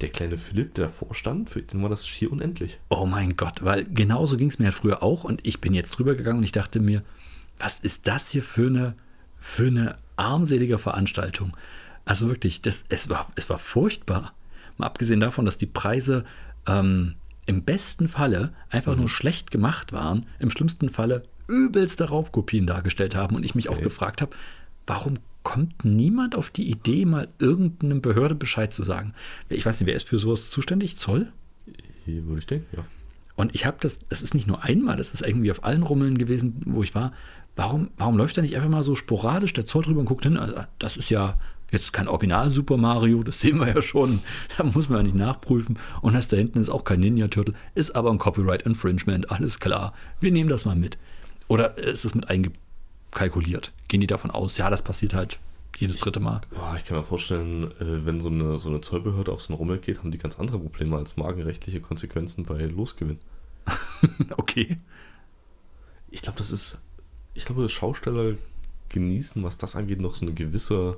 B: der kleine Philipp, der davor stand, für den war das schier unendlich.
A: Oh mein Gott, weil genauso ging es mir halt früher auch und ich bin jetzt drüber gegangen und ich dachte mir, was ist das hier für eine, für eine armselige Veranstaltung? Also wirklich, das, es, war, es war furchtbar. Mal abgesehen davon, dass die Preise ähm, im besten Falle einfach nur schlecht gemacht waren, im schlimmsten Falle übelste Raubkopien dargestellt haben und ich mich auch
B: Okay.
A: gefragt habe, warum kommt niemand auf die Idee, mal irgendeinem Behörde Bescheid zu sagen? Ich weiß nicht, wer ist für sowas zuständig? Zoll?
B: Hier würde ich denken, ja.
A: Und ich habe das, das ist nicht nur einmal, das ist irgendwie auf allen Rummeln gewesen, wo ich war. Warum, warum läuft da nicht einfach mal so sporadisch der Zoll drüber und guckt hin? Also, das ist ja, Jetzt kein Original Super Mario, das sehen wir ja schon. Da muss man ja nicht nachprüfen. Und das da hinten ist auch kein Ninja Turtle, ist aber ein Copyright Infringement, alles klar. Wir nehmen das mal mit. Oder ist es mit eingekalkuliert? Gehen die davon aus, ja, das passiert halt jedes dritte Mal.
B: Boah, ich kann mir vorstellen, äh, wenn so eine, so eine Zollbehörde auf so einen Rummel geht, haben die ganz andere Probleme als magenrechtliche Konsequenzen bei Losgewinn.
A: okay.
B: Ich glaube, das ist. Ich glaube, Schausteller genießen, was das angeht, noch so eine gewisse,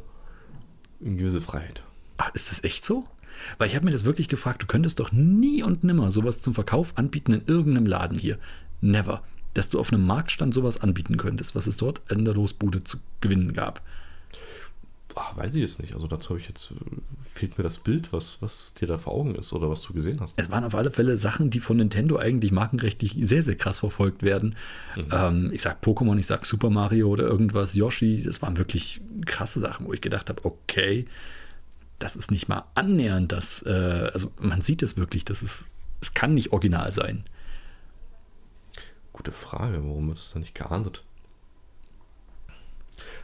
B: eine gewisse Freiheit.
A: Ach, ist das echt so? Weil ich habe mir das wirklich gefragt, du könntest doch nie und nimmer sowas zum Verkauf anbieten in irgendeinem Laden hier. Never. Dass du auf einem Marktstand sowas anbieten könntest, was es dort in der Losbude zu gewinnen gab.
B: Ach, weiß ich jetzt nicht. Also dazu habe ich jetzt, fehlt mir das Bild, was, was dir da vor Augen ist oder was du gesehen hast.
A: Es waren auf alle Fälle Sachen, die von Nintendo eigentlich markenrechtlich sehr, sehr krass verfolgt werden. Ähm, ich sag Pokémon, ich sag Super Mario oder irgendwas, Yoshi. Das waren wirklich krasse Sachen, wo ich gedacht habe, okay, das ist nicht mal annähernd das. Äh, also man sieht es wirklich, das ist, es kann nicht original sein.
B: Gute Frage, warum wird das da nicht geahndet?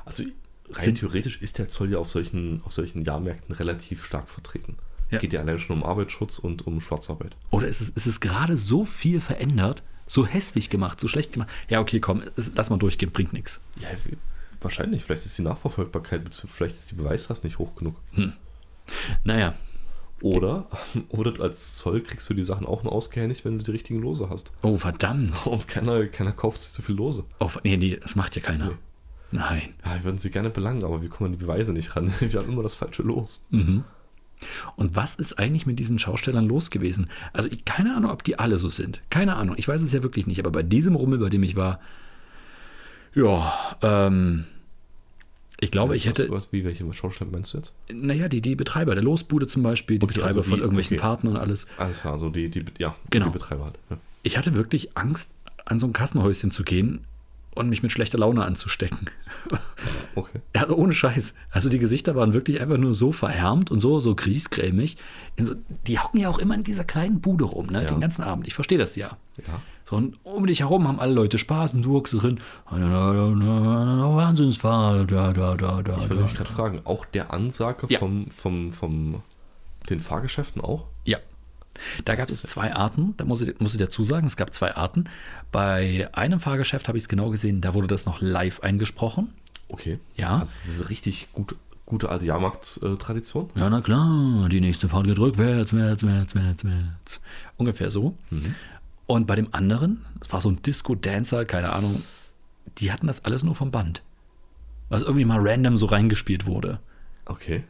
B: Also rein
A: Sind-
B: theoretisch ist der Zoll ja auf solchen, auf solchen Jahrmärkten relativ stark vertreten.
A: Ja.
B: Geht ja allein schon um Arbeitsschutz und um Schwarzarbeit.
A: Oder ist es, ist es gerade so viel verändert, so hässlich gemacht, so schlecht gemacht? Ja, okay, komm, es, lass mal durchgehen, bringt nichts.
B: Ja, wahrscheinlich. Vielleicht ist die Nachverfolgbarkeit, bezieh- vielleicht ist die Beweislast nicht hoch genug.
A: Naja,
B: Oder, oder du als Zoll kriegst du die Sachen auch nur ausgehändigt, wenn du die richtigen Lose hast.
A: oh verdammt.
B: Und keiner, keiner kauft sich so viel Lose.
A: Oh, nee, nee, das macht ja keiner.
B: Nee.
A: Nein.
B: Ja, wir würden sie gerne belangen, aber wir kommen an die Beweise nicht ran. Wir haben immer das falsche Los.
A: Mhm. Und was ist eigentlich mit diesen Schaustellern los gewesen? Also, ich, keine Ahnung, ob die alle so sind. Keine Ahnung. Ich weiß es ja wirklich nicht. Aber bei diesem Rummel, bei dem ich war, ja, ähm, ich glaube, ich
B: Was-
A: hätte,
B: Was, wie, welche Schausteller meinst du jetzt?
A: naja, die, die Betreiber der Losbude zum Beispiel, die
B: Okay,
A: Betreiber
B: also die-
A: von irgendwelchen
B: okay.
A: Fahrten und alles.
B: Alles klar, also die, die, ja,
A: Genau.
B: die Betreiber halt. Ja.
A: Ich hatte wirklich Angst, an so ein Kassenhäuschen zu gehen und mich mit schlechter Laune anzustecken.
B: Okay.
A: Also ohne Scheiß. Also die Gesichter waren wirklich einfach nur so verhärmt und so, so griesgrämig. In so- Die hocken ja auch immer in dieser kleinen Bude rum, ne?
B: Ja.
A: den ganzen Abend. Ich verstehe das ja.
B: Ja.
A: So, und um dich herum haben alle Leute Spaß und du hockst drin. Wahnsinnsfahrt, da, da, da, da.
B: Ich wollte mich gerade fragen, auch der Ansage
A: Ja.
B: vom, vom, vom den Fahrgeschäften auch?
A: Ja. Da gab es
B: ist
A: zwei Arten, da muss ich, muss ich dazu sagen, es gab zwei Arten. Bei einem Fahrgeschäft habe ich es genau gesehen, da wurde das noch live eingesprochen.
B: Okay.
A: Ja.
B: Also diese richtig gut, gute alte Jahrmarkt-Tradition.
A: Ja, na klar, die nächste Fahrt geht rückwärts, wärts, wärts, wärts, wärts. Ungefähr so. Und bei dem anderen, das war so ein Disco-Dancer, keine Ahnung, die hatten das alles nur vom Band. Was irgendwie mal random so reingespielt wurde.
B: Okay.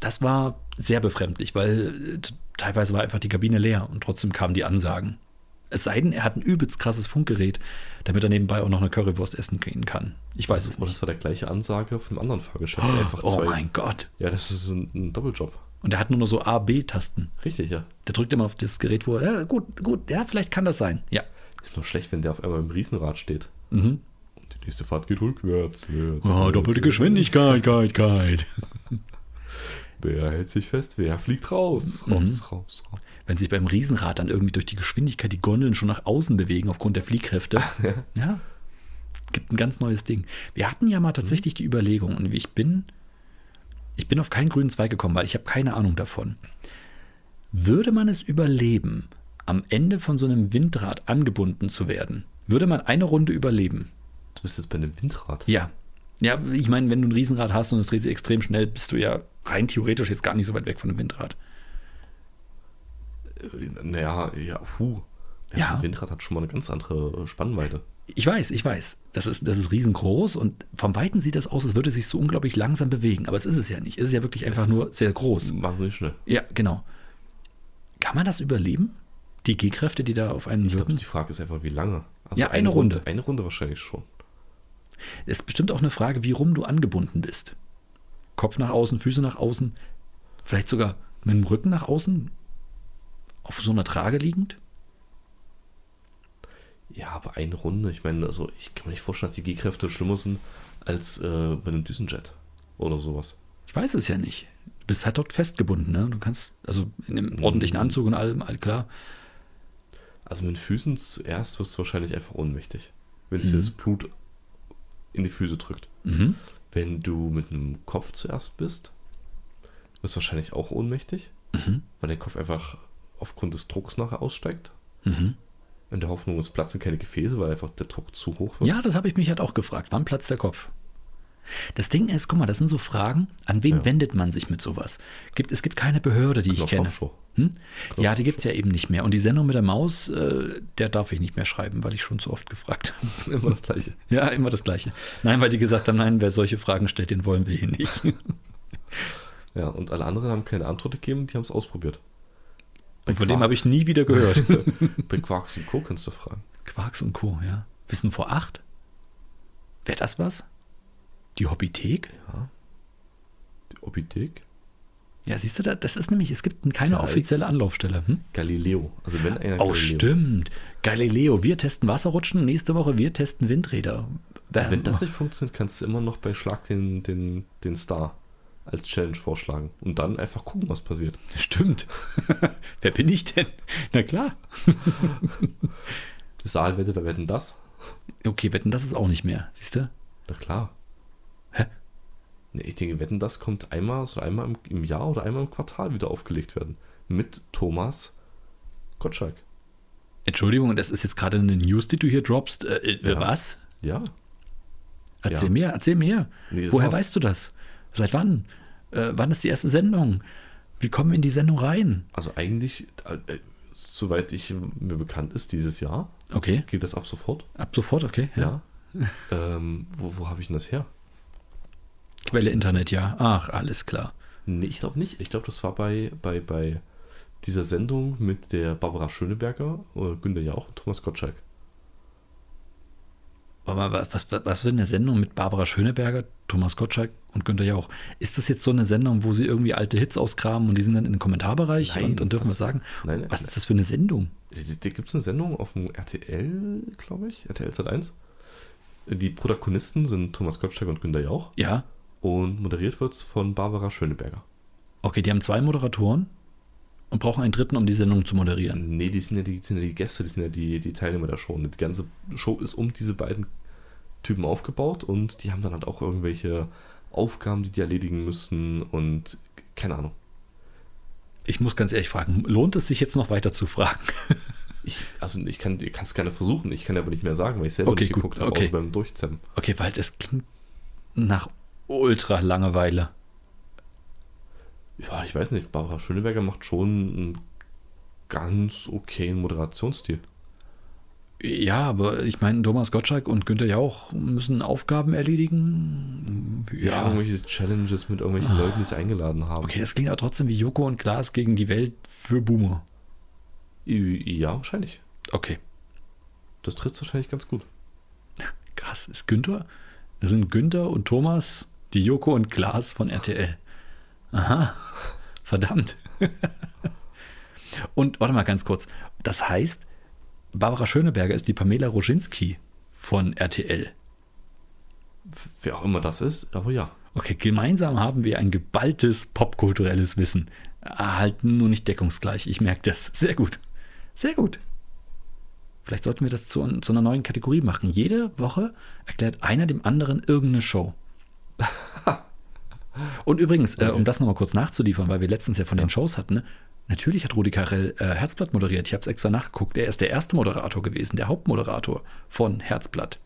A: Das war sehr befremdlich, weil äh, t- teilweise war einfach die Kabine leer und trotzdem kamen die Ansagen. Es sei denn, er hat ein übelst krasses Funkgerät, damit er nebenbei auch noch eine Currywurst essen gehen kann. Ich weiß es
B: Und
A: nicht.
B: das war der gleiche Ansage von einem anderen Fahrgeschäft. Einfach
A: Oh
B: zwei.
A: mein Gott.
B: Ja, das ist ein, ein Doppeljob.
A: Und er hat nur noch so A, B-Tasten.
B: Richtig, ja.
A: Der drückt immer auf das Gerät, wo er, ja, gut, gut, ja, vielleicht kann das sein. Ja.
B: Ist nur schlecht, wenn der auf einmal im Riesenrad steht.
A: Mhm.
B: Und die nächste Fahrt geht rückwärts.
A: Ah, doppelte Geschwindigkeit, Geit, Geit.
B: Wer hält sich fest? Wer fliegt raus?
A: Mhm.
B: Raus, raus, raus.
A: Wenn sich beim Riesenrad dann irgendwie durch die Geschwindigkeit die Gondeln schon nach außen bewegen aufgrund der Fliehkräfte. ja. Gibt ein ganz neues Ding. Wir hatten ja mal
B: Mhm.
A: tatsächlich die Überlegung und ich bin, ich bin auf keinen grünen Zweig gekommen, weil ich habe keine Ahnung davon. Würde man es überleben, am Ende von so einem Windrad angebunden zu werden? Würde man eine Runde überleben?
B: Du bist jetzt bei einem Windrad.
A: Ja. Ja, ich meine, wenn du ein Riesenrad hast und es dreht sich extrem schnell, bist du ja rein theoretisch jetzt gar nicht so weit weg von einem Windrad.
B: Naja, ja, puh. Ja,
A: Ja.
B: So ein Windrad hat schon mal eine ganz andere äh, Spannweite.
A: Ich weiß, ich weiß. Das ist, das ist riesengroß und vom Weiten sieht das aus, als würde es sich so unglaublich langsam bewegen. Aber es ist es ja nicht. Es ist ja wirklich einfach
B: ist-
A: nur sehr groß.
B: Wahnsinnig schnell.
A: Ja, genau. Kann man das überleben? Die G-Kräfte, die da auf einen
B: Ich glaube,
A: wirken?
B: die Frage ist einfach, wie lange? Also
A: Mhm. Ja, eine Runde.
B: Eine Runde wahrscheinlich schon.
A: ist bestimmt auch eine Frage, wie rum du angebunden bist. Kopf nach außen, Füße nach außen, vielleicht sogar mit dem Rücken nach außen, auf so einer Trage liegend.
B: Ja, aber eine Runde. Ich meine, also ich kann mir nicht vorstellen, dass die G-Kräfte schlimmer sind als äh, bei einem Düsenjet oder sowas.
A: Ich weiß es ja nicht. Du bist halt dort festgebunden, ne? Du kannst, also in einem ordentlichen Anzug und allem, all klar.
B: Also mit den Füßen zuerst
A: Mhm.
B: wirst du wahrscheinlich einfach ohnmächtig, wenn es dir das Blut in die Füße drückt. Wenn du mit einem Kopf zuerst bist, bist du wahrscheinlich auch ohnmächtig,
A: Mhm.
B: weil der Kopf einfach aufgrund des Drucks nachher aussteigt.
A: Mhm.
B: In der Hoffnung, es platzen keine Gefäße, weil einfach der Druck zu hoch wird.
A: Ja, das habe ich mich halt auch gefragt. Wann platzt der Kopf? Das Ding ist, guck mal, das sind so Fragen, an wen
B: Ja.
A: wendet man sich mit sowas? Gibt, es gibt keine Behörde, die ich kenne.
B: Knopfhoffschuh.
A: Hm? Ja, die gibt es ja eben nicht mehr. Und die Sendung mit der Maus, äh, der darf ich nicht mehr schreiben, weil ich schon zu oft gefragt habe.
B: Immer das Gleiche.
A: Ja, immer das Gleiche. Nein, weil die gesagt haben, nein, wer solche Fragen stellt, den wollen wir hier nicht.
B: Ja, und alle anderen haben keine Antwort gegeben, die haben es ausprobiert.
A: Und von dem habe ich nie wieder gehört.
B: Bei Quarks und Co. kannst du fragen.
A: Quarks und Co., ja. Wissen vor acht? Wäre das was? Die Hobbythek?
B: Die Obidek?
A: Ja, siehst du, da- das ist nämlich, es gibt keine
B: Teils.
A: offizielle Anlaufstelle. Hm?
B: Galileo. Also wenn einer
A: Oh,
B: Galileo.
A: stimmt. Galileo, wir testen Wasserrutschen, nächste Woche wir testen Windräder. Bam.
B: Wenn das nicht funktioniert, kannst du immer noch bei Schlag den, den, den Star als Challenge vorschlagen. Und dann einfach gucken, was passiert.
A: stimmt. Wer bin ich denn? Na klar.
B: Saalwette, wer wetten das?
A: Okay, wetten, das ist auch nicht mehr, siehst du?
B: Na klar.
A: Hä?
B: Nee, ich denke, wetten das kommt einmal, so einmal im, im Jahr oder einmal im Quartal wieder aufgelegt werden. Mit Thomas Gottschalk.
A: Entschuldigung, das ist jetzt gerade eine News, die du hier droppst. Äh, äh,
B: Ja.
A: Was?
B: Ja.
A: Erzähl
B: Ja.
A: mir, erzähl mir.
B: Nee, das
A: Woher
B: war's.
A: weißt du das? Seit wann? Äh, wann ist die erste Sendung? Wie kommen wir in die Sendung rein?
B: Also eigentlich, äh, äh, soweit ich mir bekannt ist, dieses Jahr
A: Okay,
B: geht das ab sofort.
A: ab sofort, okay.
B: Ja. ähm, wo wo habe ich denn das her?
A: Quelle Internet, ja. Ach, alles klar.
B: Nee, ich glaube nicht. Ich glaube, das war bei, bei, bei dieser Sendung mit der Barbara Schöneberger, äh, Günter Jauch und Thomas Gottschalk.
A: Aber was, was, was für eine Sendung mit Barbara Schöneberger, Thomas Gottschalk und Günter Jauch? Ist das jetzt so eine Sendung, wo sie irgendwie alte Hits ausgraben und die sind dann in den Kommentarbereich
B: Nein,
A: und, und dürfen
B: was-
A: was sagen?
B: nein, nein,
A: was ist das für eine Sendung?
B: Gibt es eine Sendung auf dem RTL, glaube ich? RTL Sat 1? Die Protagonisten sind Thomas Gottschalk und Günter Jauch
A: Ja,
B: und moderiert wird es von Barbara Schöneberger.
A: okay, die haben zwei Moderatoren und brauchen einen dritten, um die Sendung zu moderieren.
B: Nee, die sind ja die, die sind ja die Gäste, die sind ja die, die Teilnehmer der Show. Und die ganze Show ist um diese beiden Typen aufgebaut und die haben dann halt auch irgendwelche Aufgaben, die die erledigen müssen und keine Ahnung.
A: Ich muss ganz ehrlich fragen, lohnt es sich jetzt noch weiter zu fragen?
B: Ich, also ich kann es gerne versuchen, ich kann aber nicht mehr sagen, weil ich selber
A: Okay,
B: nicht
A: gut,
B: geguckt habe,
A: okay.
B: außer beim Durchzämmen.
A: Okay, weil das klingt nach ultra Langeweile.
B: Ja, ich weiß nicht, Barbara Schöneberger macht schon einen ganz okayen Moderationsstil.
A: Ja, aber ich meine, Thomas Gottschalk und Günter Jauch müssen Aufgaben erledigen. Ja. Ah.
B: Irgendwelche Challenges mit irgendwelchen Leuten, die sie eingeladen haben.
A: Okay, das klingt aber trotzdem wie Joko und Glas gegen die Welt für Boomer.
B: Ja, wahrscheinlich.
A: Okay.
B: Das trifft wahrscheinlich ganz gut.
A: Krass, ist Günther? Das sind Günther und Thomas, die Joko und Glas von RTL. Aha, verdammt. und warte mal ganz kurz. Das heißt, Barbara Schöneberger ist die Pamela Roginski von RTL.
B: Wer auch immer das ist, aber ja.
A: Okay, gemeinsam haben wir ein geballtes popkulturelles Wissen. Erhalten nur nicht deckungsgleich. Ich merke das. Sehr gut. Sehr gut. Vielleicht sollten wir das zu, zu einer neuen Kategorie machen. Jede Woche erklärt einer dem anderen irgendeine Show. Und übrigens, äh, um das nochmal kurz nachzuliefern, weil wir letztens ja von den Shows hatten, ne? natürlich hat Rudi Carell äh, Herzblatt moderiert. Ich habe es extra nachgeguckt. Er ist der erste Moderator gewesen, der Hauptmoderator von Herzblatt.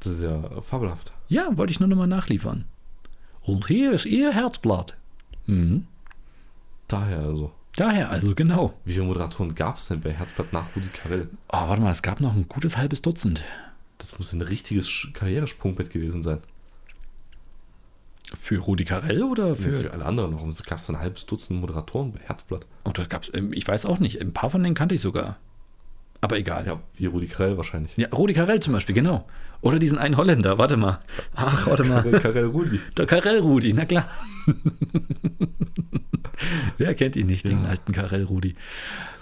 B: Das ist ja äh, fabelhaft.
A: Ja, wollte ich nur nochmal nachliefern. Und hier ist Ihr Herzblatt. Mhm.
B: Daher also.
A: Daher also, genau.
B: Wie viele Moderatoren gab es denn bei Herzblatt nach Rudi Carell?
A: Oh, warte mal, es gab noch ein gutes halbes Dutzend.
B: Das muss ein richtiges Sch- Karrieresprungbett gewesen sein.
A: Für Rudi Carell oder
B: Für,
A: für.
B: für alle anderen. Warum gab es ein halbes Dutzend Moderatoren bei Herzblatt?
A: Oder gab's, ähm, ich weiß auch nicht, ein paar von denen kannte ich sogar. Aber egal. Ja,
B: Ja, wie Rudi Carell wahrscheinlich.
A: Rudi Carell zum Beispiel, genau. Oder diesen einen Holländer, warte mal. Ach, warte mal.
B: Carell Rudi.
A: Der Carell Rudi, na klar. Wer kennt ihn nicht, den
B: Ja.
A: alten Carell Rudi?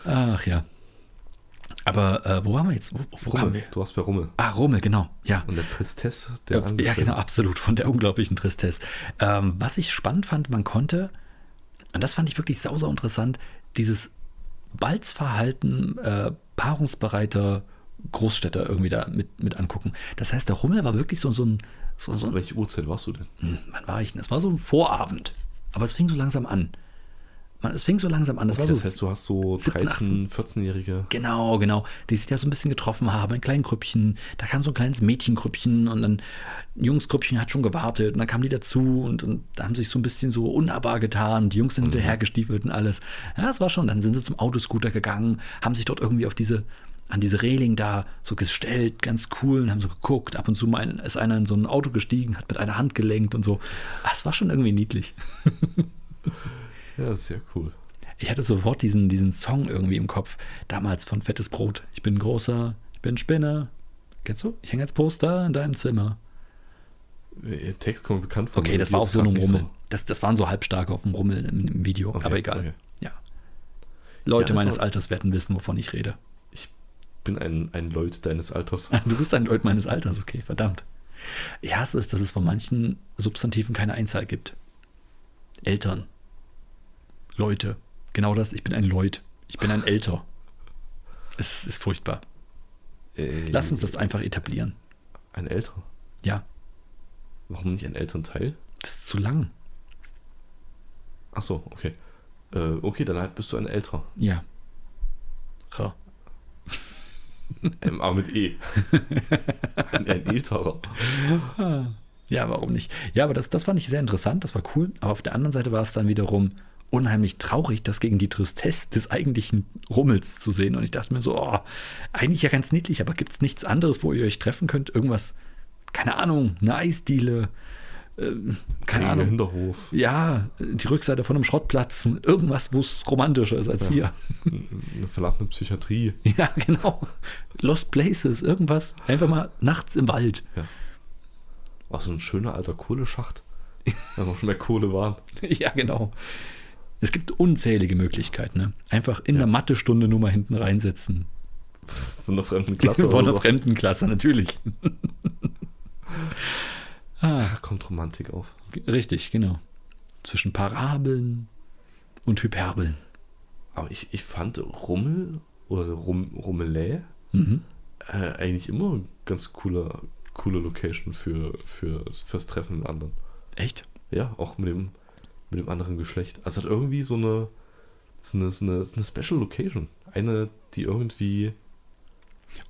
A: Ach ja. Aber äh, wo waren wir jetzt? Wo, wo kamen wir?
B: Rummel. Du warst bei Rummel.
A: Ah, Rummel, genau. Ja.
B: Und der Tristesse der
A: Ja, ja,
B: Angestellten.
A: genau, absolut. Von der unglaublichen Tristesse. Ähm, was ich spannend fand, man konnte, und das fand ich wirklich sau, sau interessant, dieses Balzverhalten äh, paarungsbereiter Großstädter irgendwie da mit, mit angucken. Das heißt, der Rummel war wirklich so, so ein. So, so ein
B: Welche Uhrzeit warst du denn?
A: hm, wann war ich denn? Es war so ein Vorabend. Aber es fing so langsam an. Man, es fing so langsam an. Es war so
B: das heißt, du hast so
A: 17,
B: 13, 14-Jährige.
A: Genau, genau. Die sich da so ein bisschen getroffen haben, in kleinen Grüppchen. Da kam so ein kleines Mädchengrüppchen und dann ein Jungsgrüppchen hat schon gewartet und dann kamen die dazu und, und da haben sich so ein bisschen so unnahbar getan. Die Jungs sind hinterhergestiefelt und alles. Ja, das war schon. Dann sind sie zum Autoscooter gegangen, haben sich dort irgendwie auf diese an diese Reling da so gestellt, ganz cool, und haben so geguckt. Ab und zu mal ein, ist einer in so ein Auto gestiegen, hat mit einer Hand gelenkt und so. Ah, Es war schon irgendwie niedlich.
B: Ja, sehr cool.
A: Ich hatte sofort diesen, diesen Song irgendwie im Kopf, damals von Fettes Brot. Ich bin großer, ich bin Spinner. Kennst du? Ich hänge als Poster in deinem Zimmer.
B: Ihr Äh, Text kommt mir bekannt vor.
A: Okay,
B: mir
A: das
B: ist
A: war auf so
B: grad
A: einem
B: nicht
A: Rummel. Das, das waren so halbstarke auf dem Rummel im, im Video,
B: Okay,
A: aber egal.
B: okay.
A: Ja. Leute
B: Ja, das
A: meines
B: war-
A: Alters werden wissen, wovon ich rede.
B: Ich bin ein, ein Leut deines Alters.
A: Du bist ein Leut meines Alters, okay, verdammt. Ich hasse es, dass es von manchen Substantiven keine Einzahl gibt. Eltern. Leute. Genau das, ich bin ein Leut. Ich bin ein Älter. Es ist furchtbar.
B: Äh,
A: Lass uns das einfach etablieren.
B: Ein Älterer.
A: Ja,
B: Warum nicht ein Elternteil?
A: das ist zu lang.
B: Ach so, okay. Äh, okay, dann halt bist du ein Älterer.
A: Ja. Ja.
B: M A mit E. ein, ein Älterer.
A: Ja, warum nicht? Ja, aber das, das fand ich sehr interessant, das war cool. Aber auf der anderen Seite war es dann wiederum unheimlich traurig, das gegen die Tristesse des eigentlichen Rummels zu sehen. Und ich dachte mir so, oh, eigentlich ja ganz niedlich, aber gibt es nichts anderes, wo ihr euch treffen könnt? Irgendwas, keine Ahnung, eine Eisdiele, ähm, keine
B: Kriege,
A: Ahnung.
B: Hinterhof.
A: Ja, die Rückseite von einem Schrottplatz, irgendwas, wo es romantischer ist als hier.
B: Eine verlassene Psychiatrie.
A: Ja, genau. Lost Places, irgendwas. Einfach mal nachts im Wald.
B: Ach, so ein schöner alter Kohleschacht. Da noch mehr Kohle waren.
A: Ja, genau. Es gibt unzählige Möglichkeiten. Ne? Einfach in der Mathestunde nur mal hinten reinsetzen.
B: Von der fremden Klasse.
A: Von
B: oder
A: der
B: Genau so.
A: Fremdenklasse, natürlich. ah,
B: Da kommt Romantik auf.
A: g- richtig, genau. Zwischen Parabeln und Hyperbeln.
B: Aber ich, ich fand Rummel oder Rum, Rummelä
A: Mhm.
B: äh, eigentlich immer eine ganz coole, coole Location für, für, fürs Treffen mit anderen.
A: Echt?
B: Ja, auch mit dem, mit dem anderen Geschlecht. Also es hat irgendwie so eine, so eine, so eine, so eine Special Location. Eine, die irgendwie.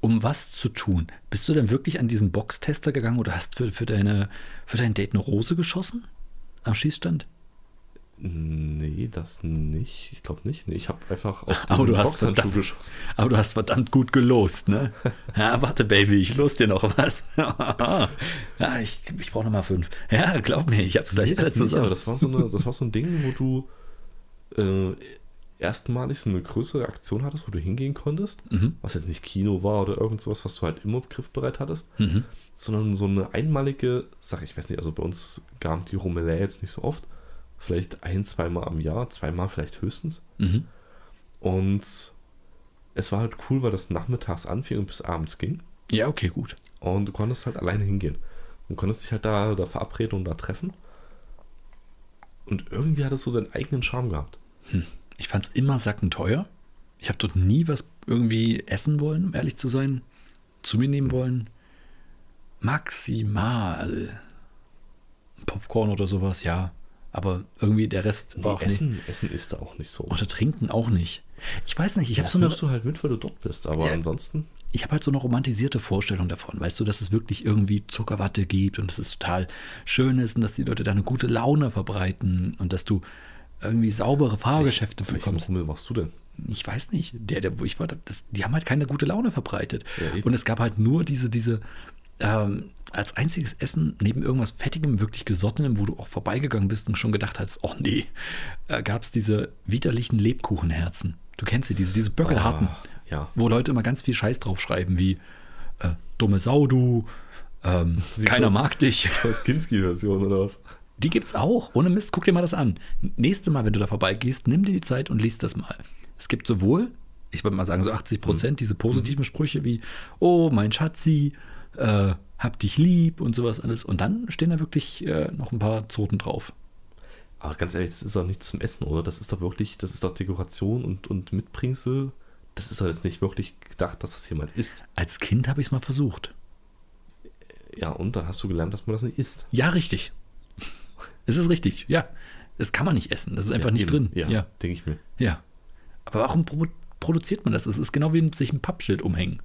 A: Um was zu tun? Bist du denn wirklich an diesen Boxtester gegangen oder hast für, für, deine, für dein Date eine Rose geschossen? Am Schießstand?
B: Nee, das nicht. Ich glaube nicht. Nee, ich habe einfach auf
A: Aber du
B: diesen
A: hast
B: Boxhandschuh
A: verdammt-
B: geschossen.
A: Aber du hast verdammt gut gelost, ne? Ja, warte, Baby, ich los dir noch was. ja, ich, ich brauche nochmal fünf. Ja, glaub mir, ich hab's gleich
B: Nee,
A: alles
B: das, nicht, aber
A: zusammen.
B: das, war so eine, das war so ein Ding, wo du äh, erstmalig so eine größere Aktion hattest, wo du hingehen konntest.
A: Mhm.
B: Was jetzt nicht Kino war oder irgend sowas, was du halt immer griffbereit hattest.
A: Mhm.
B: sondern so eine einmalige Sache. Ich weiß nicht, also bei uns gab die Romelä jetzt nicht so oft. Vielleicht ein, zweimal am Jahr, zweimal vielleicht höchstens.
A: Mhm.
B: Und es war halt cool, weil das nachmittags anfing und bis abends ging.
A: Ja, okay, gut.
B: Und du konntest halt alleine hingehen. Du konntest dich halt da, da verabreden und da treffen. Und irgendwie hat es so deinen eigenen Charme gehabt.
A: Ich fand's immer sackenteuer. Ich habe dort nie was irgendwie essen wollen, um ehrlich zu sein. Zu mir nehmen wollen. Maximal. Popcorn oder sowas, ja. Aber irgendwie der Rest war auch
B: Nee,
A: nicht.
B: Essen, Essen ist da auch nicht so.
A: Oder trinken auch nicht. Ich weiß nicht, ich habe
B: das
A: so eine
B: nimmst du halt mit, weil du dort bist. Aber
A: Ja.
B: ansonsten,
A: ich habe halt so eine romantisierte Vorstellung davon, weißt du, dass es wirklich irgendwie Zuckerwatte gibt und dass es total schön ist und dass die Leute da eine gute Laune verbreiten und dass du irgendwie saubere Fahrgeschäfte
B: welchen
A: bekommst.
B: Rummel warst du denn?
A: Ich weiß nicht, der, der wo ich war, das, die haben halt keine gute Laune verbreitet.
B: Ja, eben.
A: und es gab halt nur diese, diese ähm, als einziges Essen neben irgendwas Fettigem, wirklich Gesottenem, wo du auch vorbeigegangen bist und schon gedacht hast, oh nee, äh, gab es diese widerlichen Lebkuchenherzen. Du kennst sie, diese, diese Böckelharten
B: Ah, ja.
A: wo Leute immer ganz viel Scheiß draufschreiben, wie äh, dumme Sau, du, ähm,
B: Sie
A: keiner
B: weiß-
A: mag dich.
B: Was Kinski-Version oder was?
A: Die gibt's auch. Ohne Mist, guck dir mal das an. Nächste Mal, wenn du da vorbeigehst, nimm dir die Zeit und lies das mal. Es gibt sowohl, ich würde mal sagen, so 80
B: Hm.
A: Prozent diese positiven Sprüche wie, oh, mein Schatzi, äh, hab dich lieb und sowas alles. Und dann stehen da wirklich äh, noch ein paar Zoten drauf.
B: Aber ganz ehrlich, das ist doch nichts zum Essen, oder? Das ist doch wirklich, das ist doch Dekoration und, und Mitbringsel es ist halt jetzt nicht wirklich gedacht, dass das jemand isst.
A: Als Kind habe ich es mal versucht.
B: Ja, und dann hast du gelernt, dass man das nicht isst.
A: Ja, richtig. Es ist richtig, ja. Das kann man nicht essen. Das ist einfach
B: ja,
A: nicht drin.
B: eben. Ja,
A: ja.
B: denke ich mir.
A: Ja. Aber warum produ- produziert man das? Es ist genau wie ein- sich ein Pappschild umhängen.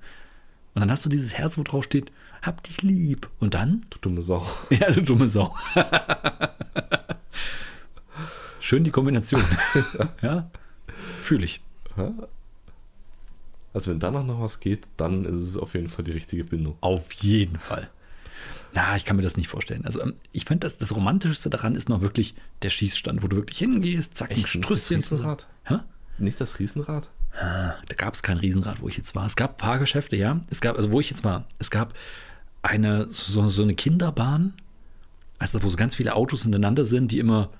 A: Und dann hast du dieses Herz, wo drauf steht, hab dich lieb. Und dann?
B: Du dumme Sau.
A: Ja, du dumme Sau. Schön die Kombination. ja, fühle ich.
B: Also wenn danach noch was geht, dann ist es auf jeden Fall die richtige Bindung.
A: Auf jeden Fall. Na, ich kann mir das nicht vorstellen. Also, ähm, ich finde, das, das Romantischste daran ist noch wirklich der Schießstand, wo du wirklich hingehst, zack, ein
B: Echt, nicht das
A: Strüsschen zusammen.
B: Riesenrad?
A: Hä?
B: Nicht das Riesenrad?
A: Ah, Da gab es kein Riesenrad, wo ich jetzt war. Es gab Fahrgeschäfte, ja. Es gab, also wo ich jetzt war, es gab eine, so, so eine Kinderbahn, also wo so ganz viele Autos hintereinander sind, die immer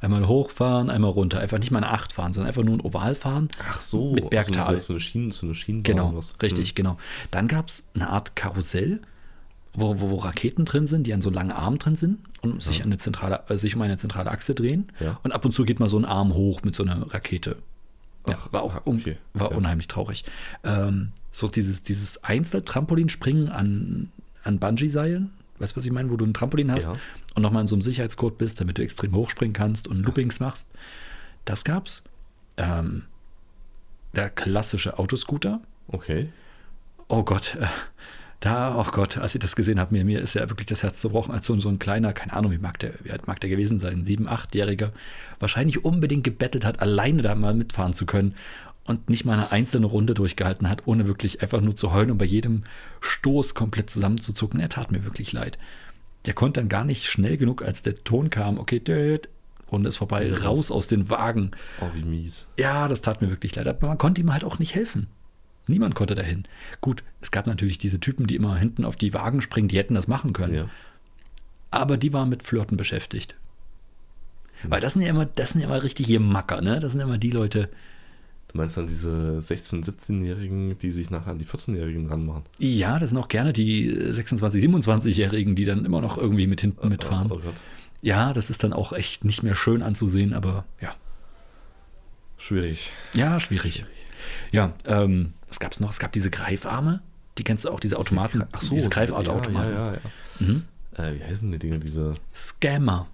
A: einmal hochfahren, einmal runter. Einfach nicht mal eine Acht fahren, sondern einfach nur ein Oval fahren.
B: Ach so.
A: Mit Bergtal.
B: Also so- so eine Schienen, so eine Schienenbahn.
A: Genau,
B: oder was.
A: richtig, genau. Dann gab es eine Art Karussell, wo, wo, wo Raketen drin sind, die an so langen Armen drin sind und sich, an eine zentrale, äh, sich um eine zentrale Achse drehen.
B: Ja.
A: Und ab und zu geht mal so ein Arm hoch mit so einer Rakete. Ja, war auch un
B: okay.
A: war
B: Ja.
A: unheimlich traurig. Ähm, so dieses, dieses Einzel-Trampolinspringen an, an Bungee-Seilen, weißt du, was ich meine, wo du ein Trampolin hast
B: Ja.
A: und nochmal in so einem Sicherheitscode bist, damit du extrem hochspringen kannst und Loopings machst. Das gab's. Ähm, der klassische Autoscooter.
B: Mhm. Okay.
A: Oh Gott, äh, da, oh Gott, als ich das gesehen habe, mir, mir ist ja wirklich das Herz zerbrochen, als so, ein- so ein kleiner, keine Ahnung, wie mag der, wie alt mag der gewesen sein, sieben, achtjähriger, wahrscheinlich unbedingt gebettelt hat, alleine da mal mitfahren zu können und nicht mal eine einzelne Runde durchgehalten hat, ohne wirklich einfach nur zu heulen und bei jedem Stoß komplett zusammenzuzucken. Er tat mir wirklich leid. Der konnte dann gar nicht schnell genug, als der Ton kam, okay, död, Runde ist vorbei, raus aus den Wagen.
B: Oh, wie mies.
A: Ja, das tat mir wirklich leid. Aber man konnte ihm halt auch nicht helfen. Niemand konnte dahin. Gut, es gab natürlich diese Typen, die immer hinten auf die Wagen springen, die hätten das machen können.
B: Ja.
A: Aber die waren mit Flirten beschäftigt. Weil das sind ja immer, das sind ja immer richtig hier Macker, ne? Das sind ja immer die Leute.
B: Du meinst dann diese 16-, 17-Jährigen, die sich nachher an die 14-Jährigen ranmachen?
A: Ja, das sind auch gerne die äh, 26, 27-Jährigen, die dann immer noch irgendwie mit hinten
B: Oh, oh
A: mitfahren.
B: Gott.
A: Ja, das ist dann auch echt nicht mehr schön anzusehen, aber ja.
B: Schwierig.
A: Ja, schwierig. Ja, ähm, was gab's noch? Es gab diese Greifarme. Die kennst du auch, diese Automaten.
B: Ach so,
A: diese Mhm.
B: Automaten.
A: Greifautomaten.
B: Ja, ja, ja. Äh, wie heißen die Dinger, diese
A: Scammer.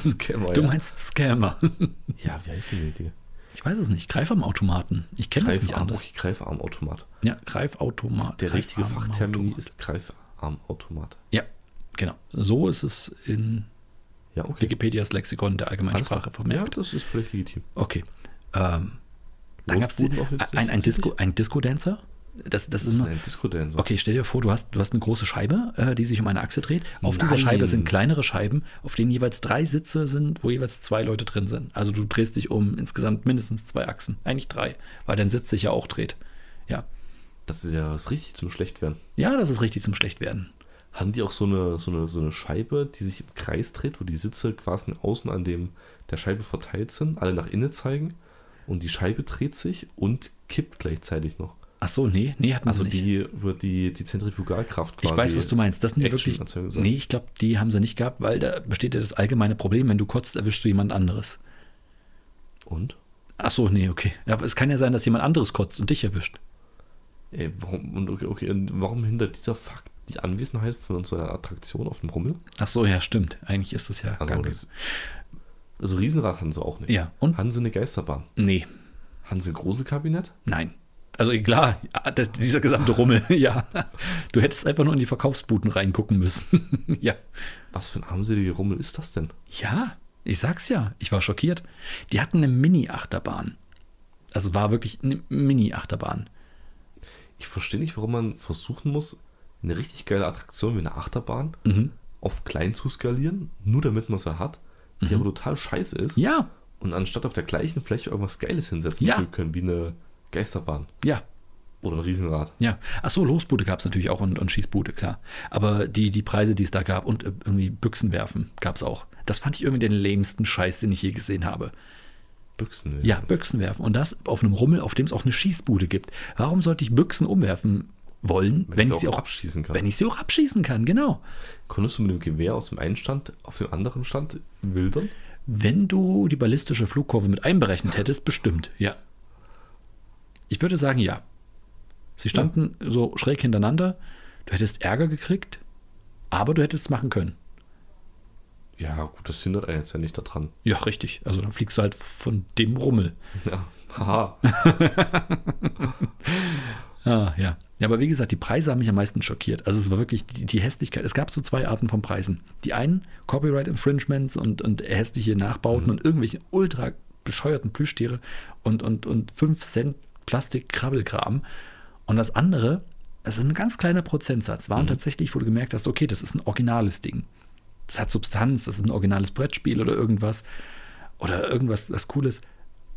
B: Scammer?
A: Du
B: Oh ja.
A: meinst Scammer.
B: ja, wie heißen die Dinger?
A: Ich weiß es nicht. Greifarmautomaten. Ich kenne es nicht
B: Greifarm,
A: anders.
B: okay, Greifarmautomat.
A: Ja, Greifautomat.
B: Der richtige
A: Greifarmautomat.
B: Fachtermini ist Greifarmautomat.
A: Ja, genau. So ist es in
B: Ja, okay.
A: Wikipedias Lexikon der allgemeinen
B: Alles klar.
A: Sprache
B: Ja,
A: vermerkt.
B: das ist völlig legitim.
A: Okay. Ähm, dann gab es
B: Losbudenaufsicht
A: ein, ein,
B: 76?
A: Disco, ein Disco-Dancer. Das, das
B: Das
A: ist
B: ist
A: immer,
B: ein Disco-Dancer.
A: Okay, stell dir vor, du hast, du hast eine große Scheibe, äh, die sich um eine Achse dreht. Auf dieser
B: Nein.
A: Scheibe sind kleinere Scheiben, auf denen jeweils drei Sitze sind, wo jeweils zwei Leute drin sind. Also du drehst dich um insgesamt mindestens zwei Achsen. Eigentlich drei, weil dein Sitz sich ja auch dreht. Ja.
B: Das ist ja das richtig zum Schlechtwerden.
A: Ja, das ist richtig zum Schlechtwerden.
B: Haben die auch so eine, so, eine, so eine Scheibe, die sich im Kreis dreht, wo die Sitze quasi außen an dem der Scheibe verteilt sind, alle nach innen zeigen und die Scheibe dreht sich und kippt gleichzeitig noch.
A: Ach so, nee, nee, hatten
B: Also
A: sie nicht.
B: die über die, die Zentrifugalkraft quasi.
A: Ich weiß, was du meinst. Das sind ja
B: Action
A: wirklich.
B: erzeugen soll.
A: Nee, ich glaube, die haben sie nicht gehabt, weil da besteht ja das allgemeine Problem, wenn du kotzt, erwischst du jemand anderes.
B: Und?
A: Ach so, nee, okay. Ja, Aber es kann ja sein, dass jemand anderes kotzt und dich erwischt.
B: Ey, warum, und okay, okay, und warum hindert dieser Fakt die Anwesenheit von unserer Attraktion auf dem Rummel?
A: Ach so, ja, stimmt. Eigentlich ist das ja
B: Also,
A: gang-
B: das, also Riesenrad haben sie auch nicht.
A: Ja, und?
B: Haben sie eine Geisterbahn?
A: Nee,
B: Haben sie ein Gruselkabinett?
A: Nein. Also klar, das, dieser gesamte Rummel, ja. Du hättest einfach nur in die Verkaufsbuten reingucken müssen. ja.
B: Was für ein armseliger Rummel ist das denn?
A: Ja, ich sag's ja. Ich war schockiert. Die hatten eine Mini-Achterbahn. Also es war wirklich eine Mini-Achterbahn.
B: Ich verstehe nicht, warum man versuchen muss, eine richtig geile Attraktion wie eine Achterbahn
A: Mhm.
B: auf klein zu skalieren, nur damit man sie hat,
A: Mhm.
B: die aber total scheiße ist.
A: Ja,
B: Und anstatt auf der gleichen Fläche irgendwas Geiles hinsetzen
A: Ja.
B: zu können, wie eine Geisterbahn
A: ja,
B: oder ein Riesenrad.
A: ja. Achso, Losbude gab's natürlich auch und, und Schießbude, klar. Aber die, die Preise, die es da gab und äh, irgendwie Büchsenwerfen gab's auch. Das fand ich irgendwie den lähmsten Scheiß, den ich je gesehen habe.
B: Büchsen.
A: Ja, Büchsen werfen. Und das auf einem Rummel, auf dem es auch eine Schießbude gibt. Warum sollte ich Büchsen umwerfen wollen, wenn, ich sie auch,
B: abschießen kann.
A: wenn ich sie auch abschießen kann? Genau.
B: Konntest du mit dem Gewehr aus dem einen Stand auf dem anderen Stand wildern?
A: Wenn du die ballistische Flugkurve mit einberechnet hättest, bestimmt, ja. Ich würde sagen, ja. Sie standen so schräg hintereinander. Du hättest Ärger gekriegt, aber du hättest es machen können.
B: Ja, gut, das hindert einen jetzt ja nicht daran.
A: Ja, richtig. Also dann fliegst du halt von dem Rummel.
B: Ja, haha.
A: Ah, ja. Ja, aber wie gesagt, die Preise haben mich am meisten schockiert. Also es war wirklich die, die Hässlichkeit. Es gab so zwei Arten von Preisen. Die einen, Copyright Infringements und, und hässliche Nachbauten und irgendwelche ultra bescheuerten Plüschtiere und, und, und 5 Cent Plastik-Krabbelkram. Und das andere, das ist ein ganz kleiner Prozentsatz, waren tatsächlich, wo du gemerkt hast, okay, das ist ein originales Ding. Das hat Substanz, das ist ein originales Brettspiel oder irgendwas. Oder irgendwas was Cooles.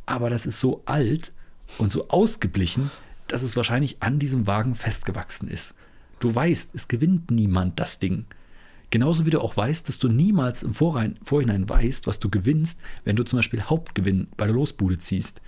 A: Aber das ist so alt und so ausgeblichen, dass es wahrscheinlich an diesem Wagen festgewachsen ist. Du weißt, es gewinnt niemand das Ding. Genauso wie du auch weißt, dass du niemals im Vorrein, Vorhinein weißt, was du gewinnst, wenn du zum Beispiel Hauptgewinn bei der Losbude ziehst.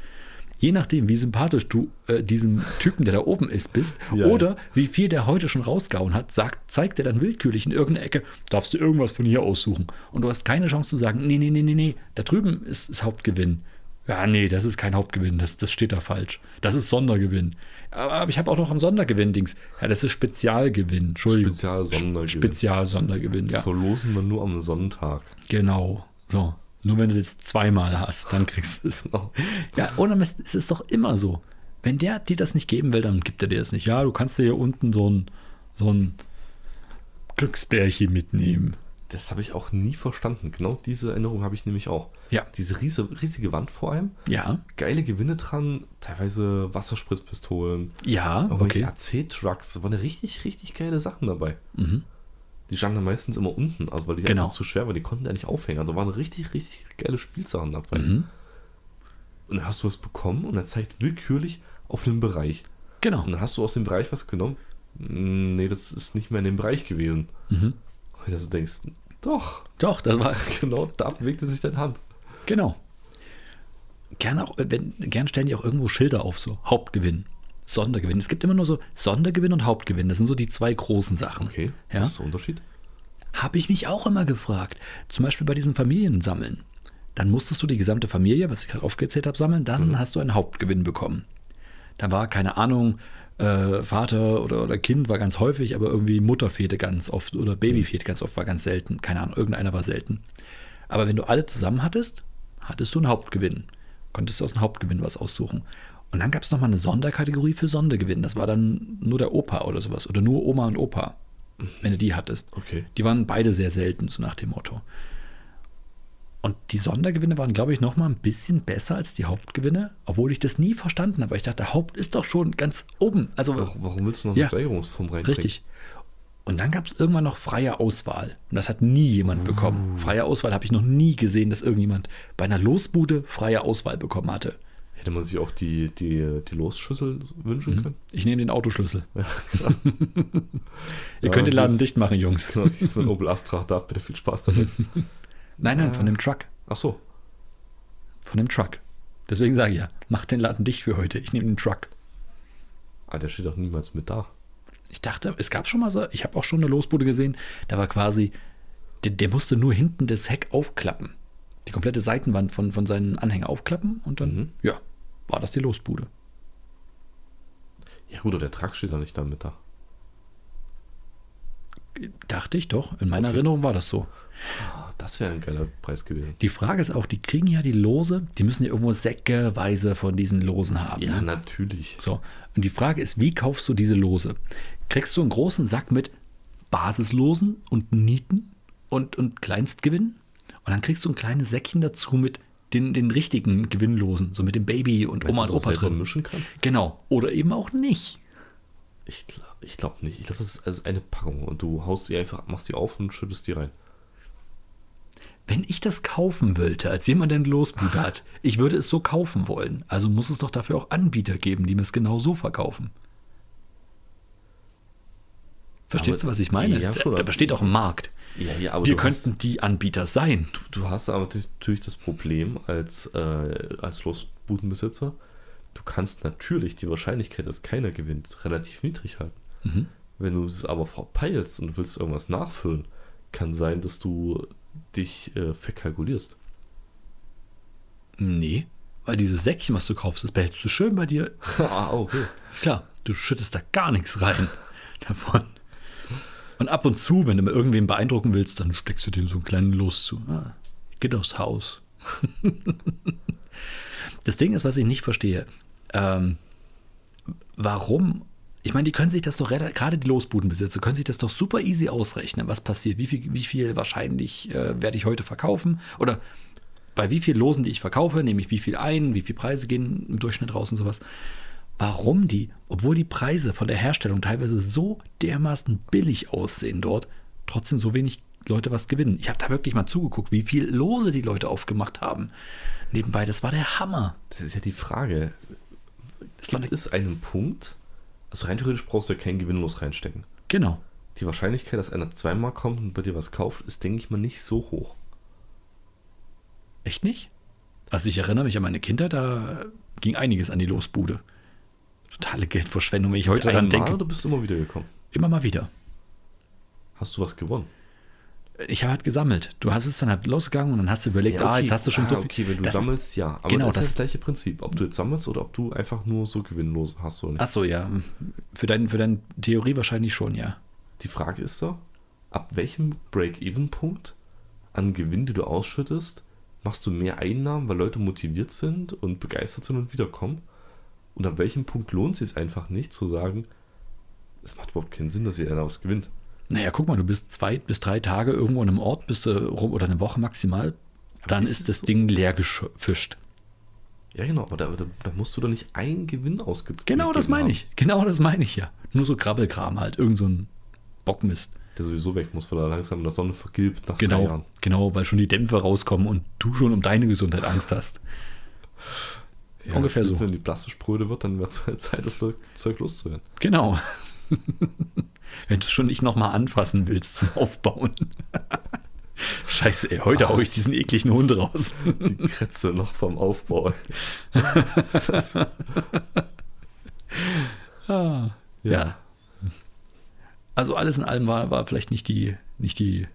A: Je nachdem, wie sympathisch du äh, diesem Typen, der da oben ist, bist,
B: Ja,
A: oder wie viel der heute schon rausgehauen hat, sagt, zeigt er dann willkürlich in irgendeine Ecke, darfst du irgendwas von hier aussuchen. Und du hast keine Chance zu sagen, nee, nee, nee, nee, nee, da drüben ist, ist Hauptgewinn. Ja, nee, das ist kein Hauptgewinn, das, das steht da falsch. Das ist Sondergewinn. Aber, aber ich habe auch noch einen Sondergewinn-Dings. Ja, das ist Spezialgewinn, Entschuldigung.
B: Spezialsondergewinn.
A: Spezialsondergewinn, ja.
B: Verlosen wir nur am Sonntag.
A: Genau. So. Nur wenn du das zweimal hast, dann kriegst du es.
B: Genau.
A: Ja, ohne Mist, es ist doch immer so. Wenn der dir das nicht geben will, dann gibt er dir das nicht. Ja, du kannst dir hier unten so ein, so ein Glücksbärchen mitnehmen.
B: Das habe ich auch nie verstanden. Genau diese Erinnerung habe ich nämlich auch.
A: Ja.
B: Diese riese, riesige Wand vor allem.
A: Ja,
B: Geile Gewinne dran. Teilweise Wasserspritzpistolen.
A: ja,
B: Irgendwelche
A: okay.
B: AC-Trucks. Waren richtig, richtig geile Sachen dabei.
A: Mhm.
B: Die standen dann meistens immer unten, also weil die
A: Genau.
B: einfach zu schwer waren. Die konnten ja nicht aufhängen. Also waren richtig, richtig geile Spielsachen dabei.
A: Mhm.
B: Und dann hast du was bekommen und er zeigt willkürlich auf einen Bereich.
A: Genau.
B: Und dann hast du aus dem Bereich was genommen. Mm, Nee, das ist nicht mehr in dem Bereich gewesen.
A: Mhm.
B: Und dann du denkst, doch,
A: Doch, das war,
B: genau da bewegte sich deine Hand.
A: Genau. Gern, auch, äh, wenn, gern stellen die auch irgendwo Schilder auf, so Hauptgewinn, Sondergewinn. Es gibt immer nur so Sondergewinn und Hauptgewinn. Das sind so die zwei großen Sachen.
B: Okay,
A: Ja?
B: was ist der Unterschied?
A: Habe ich mich auch immer gefragt. Zum Beispiel bei diesen Familiensammeln. Dann musstest du die gesamte Familie, was ich gerade aufgezählt habe, sammeln. Dann hast du einen Hauptgewinn bekommen. Da war, keine Ahnung, äh, Vater oder, oder Kind war ganz häufig, aber irgendwie Mutter fehlte ganz oft oder Baby fehlte ganz oft, war ganz selten. Keine Ahnung, irgendeiner war selten. Aber wenn du alle zusammen hattest, hattest du einen Hauptgewinn. Konntest du aus dem Hauptgewinn was aussuchen. Und dann gab es nochmal eine Sonderkategorie für Sondergewinn. Das war dann nur der Opa oder sowas. Oder nur Oma und Opa, wenn du die hattest.
B: Okay.
A: Die waren beide sehr selten, so nach dem Motto. Und die Sondergewinne waren, glaube ich, noch mal ein bisschen besser als die Hauptgewinne, obwohl ich das nie verstanden habe. Ich dachte, Haupt ist doch schon ganz oben. Also
B: Warum, warum willst du noch
A: Ja.
B: eine Steigerungsform reinbringen?
A: richtig. Und dann gab es irgendwann noch freie Auswahl. Und das hat nie
B: Ah.
A: jemand bekommen. Freie Auswahl habe ich noch nie gesehen, dass irgendjemand bei einer Losbude freie Auswahl bekommen hatte.
B: Hätte man sich auch die, die, die Losschüssel wünschen können?
A: Ich nehme den Autoschlüssel.
B: Ja,
A: Ihr
B: Ja,
A: könnt den
B: das-
A: Laden dicht machen, Jungs.
B: genau. Ich ist mein Opel Astra, da habt bitte viel Spaß damit.
A: Nein, nein, von dem Truck.
B: Ach so,
A: Von dem Truck. Deswegen sage ich ja, macht den Laden dicht für heute. Ich nehme den Truck.
B: ah, der steht doch niemals mit da.
A: Ich dachte, es gab schon mal so, ich habe auch schon eine Losbude gesehen, da war quasi, der, der musste nur hinten das Heck aufklappen. Die komplette Seitenwand von, von seinen Anhänger aufklappen und dann,
B: Mhm.
A: ja, war das die Losbude.
B: Ja gut, aber der Truck steht doch nicht da mit da.
A: Dachte ich doch, in meiner Erinnerung war das so.
B: Ah, das wäre ein geiler Preis gewesen.
A: Die Frage ist auch, die kriegen ja die Lose, die müssen ja irgendwo säckeweise von diesen Losen haben.
B: Ja,
A: ne?
B: natürlich.
A: So, und die Frage ist, wie kaufst du diese Lose? Kriegst du einen großen Sack mit Basislosen und Nieten und, und Kleinstgewinn? Und dann kriegst du ein kleines Säckchen dazu mit den, den richtigen Gewinnlosen, so mit dem Baby und
B: Wenn
A: Oma
B: du
A: und
B: so
A: Opa
B: selber
A: drin.
B: mischen kannst?
A: Genau. Oder eben auch nicht.
B: Ich glaube ich glaub nicht. Ich glaube, das ist also eine Packung und du haust die einfach, machst die auf und schüttest die rein.
A: Wenn ich das kaufen wollte, als jemand, der einen Losbude hat, ich würde es so kaufen wollen. Also muss es doch dafür auch Anbieter geben, die mir es genau so verkaufen. Verstehst
B: Aber-
A: du, was ich meine?
B: Ja, schon,
A: da, da
B: aber-
A: besteht auch ein Markt.
B: Ja, ja, aber
A: Wir
B: du
A: könnten die Anbieter sein.
B: Du hast aber natürlich das Problem als, äh, als Losbudenbesitzer, du kannst natürlich die Wahrscheinlichkeit, dass keiner gewinnt, relativ niedrig halten.
A: Mhm.
B: Wenn du es aber verpeilst und du willst irgendwas nachfüllen, kann sein, dass du dich äh, verkalkulierst.
A: Nee, weil Weil dieses Säckchen, was du kaufst, das behältst du schön bei dir.
B: ah, okay.
A: Klar, du schüttest da gar nichts rein davon. Und ab und zu, wenn du mal irgendwen beeindrucken willst, dann steckst du dem so einen kleinen Los zu. Ah, geht aufs Haus. das Ding ist, was ich nicht verstehe. Ähm, warum? Ich meine, die können sich das doch, rela- gerade die Losbudenbesitzer, können sich das doch super easy ausrechnen, was passiert, wie viel, wie viel wahrscheinlich äh, werde ich heute verkaufen oder bei wie viel Losen, die ich verkaufe, nehme ich wie viel ein, wie viel Preise gehen im Durchschnitt raus und sowas. Warum die, obwohl die Preise von der Herstellung teilweise so dermaßen billig aussehen dort, trotzdem so wenig Leute was gewinnen. Ich habe da wirklich mal zugeguckt, wie viel Lose die Leute aufgemacht haben. Nebenbei, das war der Hammer.
B: Das ist ja die Frage.
A: Das war eine,
B: Gibt es einen Punkt, also rein theoretisch brauchst du ja keinen Gewinnlos reinstecken.
A: genau.
B: Die Wahrscheinlichkeit, dass einer zweimal kommt und bei dir was kauft, ist, denke ich mal, nicht so hoch.
A: Echt nicht? Also ich erinnere mich an meine Kindheit, da ging einiges an die Losbude. Totale Geldverschwendung, wenn ich heute daran
B: Einmal
A: denke.
B: oder bist du immer wieder gekommen?
A: Immer mal wieder.
B: Hast du was gewonnen?
A: Ich habe halt gesammelt. Du hast es dann halt losgegangen und dann hast du überlegt, ah, jetzt hast du schon so viel.
B: Okay, wenn du
A: das ist-
B: sammelst, ja. Aber
A: genau,
B: das ist
A: das-
B: das gleiche Prinzip. Ob du jetzt sammelst oder ob du einfach nur so gewinnlos hast oder nicht.
A: Ach so, ja. Für, dein, für deine Theorie wahrscheinlich schon, ja.
B: Die Frage ist doch, ab welchem Break-Even-Punkt an Gewinn, den du ausschüttest, machst du mehr Einnahmen, weil Leute motiviert sind und begeistert sind und wiederkommen? Und ab welchem Punkt lohnt es sich einfach nicht zu sagen, es macht überhaupt keinen Sinn, dass ihr einer was gewinnt?
A: Naja, guck mal, du bist zwei bis drei Tage irgendwo an einem Ort, bist du rum oder eine Woche maximal, dann
B: ist
A: ist,
B: es
A: das
B: so?
A: Ding leer gefischt.
B: Ja, genau, aber da, da, da musst du doch nicht einen Gewinn ausgezahlt
A: Genau das meine ich. Genau das meine ich ja. Nur so Krabbelkram halt, irgend so ein Bockmist.
B: Der sowieso weg muss, weil er langsam in der Sonne vergilbt nach drei
A: Genau,
B: Jahren.
A: genau, weil schon die Dämpfe rauskommen und du schon um deine Gesundheit Angst hast.
B: Ja,
A: Ungefähr
B: spätestens
A: so.
B: Wenn die Plastikbröde wird, dann wird es Zeit, das Le- Zeug loszuwerden.
A: Genau. Wenn du es schon nicht nochmal anfassen willst zum Aufbauen. Scheiße, ey, heute hau ich diesen ekligen Hund raus.
B: Die Kretze noch vom Aufbau. ey. Das,
A: Ah, ja. Also alles in allem war, war vielleicht nicht die, nicht die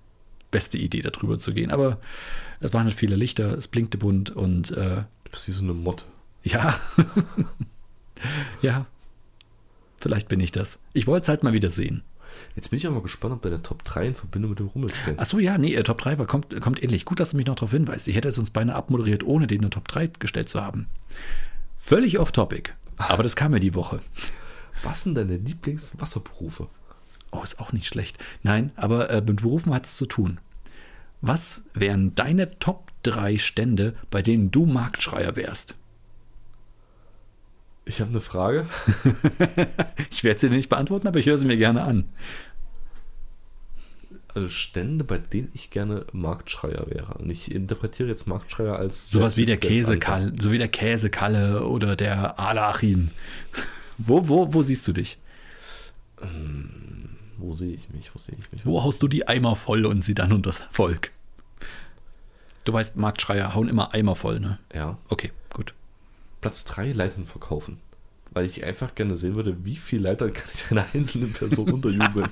A: beste Idee, darüber zu gehen. Aber es waren halt viele Lichter, es blinkte bunt und äh,
B: du bist wie so eine Motte.
A: ja. ja. Vielleicht bin ich das. Ich wollte es halt mal wieder sehen.
B: Jetzt bin ich aber gespannt, ob deine Top 3 in Verbindung mit dem Rummel stehen.
A: Achso, ja, nee, äh, Top 3 war, kommt, kommt ähnlich. Gut, dass du mich noch darauf hinweist. Ich hätte es uns beinahe abmoderiert, ohne den in Top 3 gestellt zu haben. Völlig off topic. Aber das kam mir die Woche.
B: Was sind deine Lieblingswasserberufe?
A: Oh, ist auch nicht schlecht. Nein, aber äh, mit Berufen hat es zu tun. Was wären deine Top 3 Stände, bei denen du Marktschreier wärst?
B: Ich habe eine Frage.
A: Ich werde sie dir nicht beantworten, aber ich höre sie mir gerne an.
B: Also Stände, bei denen ich gerne Marktschreier wäre. Und ich interpretiere jetzt Marktschreier als.
A: Sowas wie der
B: als Ansatz.
A: Käsekalle, so wie der Käsekalle oder der Alachim. Wo, wo, wo siehst du dich?
B: Wo sehe ich mich? Wo sehe ich mich?
A: Wo haust du die Eimer voll und sie dann unter das Volk? Du weißt, Marktschreier hauen immer Eimer voll, ne?
B: Ja.
A: Okay, gut.
B: Platz 3 Leitern verkaufen. Weil ich einfach gerne sehen würde, wie viel Leitern kann ich einer einzelnen Person unterjubeln.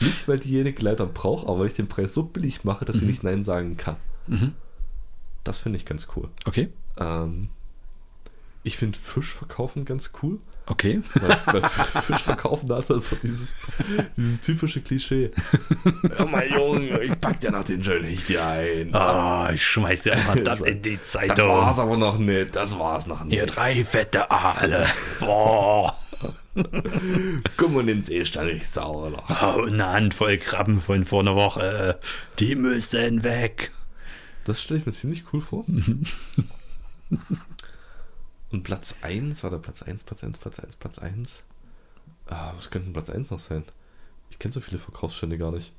B: nicht, weil diejenige Leitern braucht, aber weil ich den Preis so billig mache, dass sie nicht Nein sagen kann. Das finde ich ganz cool.
A: Okay,
B: Ähm, ich finde Fisch verkaufen ganz cool.
A: okay.
B: Weil, weil Fisch verkaufen, da ist also dieses, dieses typische Klischee. Oh mein Junge, ich pack dir noch den schönen Hecht hier ein.
A: Ah, ich schmeiß dir einfach
B: das in
A: die
B: Das war's aber noch nicht. Das war's noch nicht.
A: Ihr drei fette Aale. Boah,
B: Komm und ins Ehestand, ich sauer.
A: hau eine Handvoll Krabben von vor einer Woche. Die müssen weg.
B: Das stelle ich mir ziemlich cool vor. Und Platz 1, war der Platz 1, Platz 1, Platz 1, Platz 1. Ah, was könnte denn Platz 1 noch sein? Ich kenne so viele Verkaufsstände gar nicht.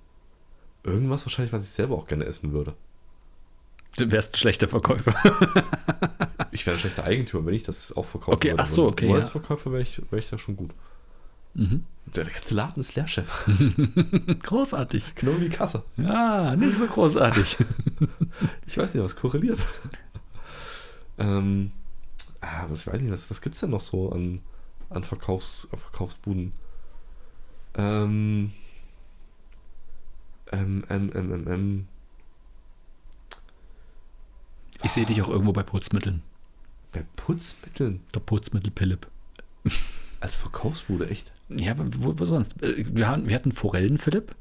B: Irgendwas wahrscheinlich, was ich selber auch gerne essen würde.
A: Du wärst ein schlechter Verkäufer.
B: Ich wäre ein schlechter Eigentümer, wenn ich das auch verkaufen
A: Okay,
B: würde.
A: ach so, okay,
B: Aber
A: ja.
B: Als Verkäufer wäre ich, wär ich da schon gut.
A: Mhm.
B: Der der ganze Laden ist leer, Chef.
A: Großartig.
B: Genau wie die Kasse.
A: Ja, nicht so großartig.
B: Ich weiß nicht, was korreliert. ähm, ah, was weiß ich, was, was gibt es denn noch so an, an Verkaufs, an Verkaufsbuden? Ähm, ähm, ähm, ähm, ähm, ähm.
A: Ich sehe dich auch irgendwo bei Putzmitteln.
B: Bei Putzmitteln?
A: Der Putzmittel Philipp.
B: Als Verkaufsbude, echt?
A: Ja, aber wo, wo sonst? Äh, Wir, haben, wir hatten Forellen Philipp.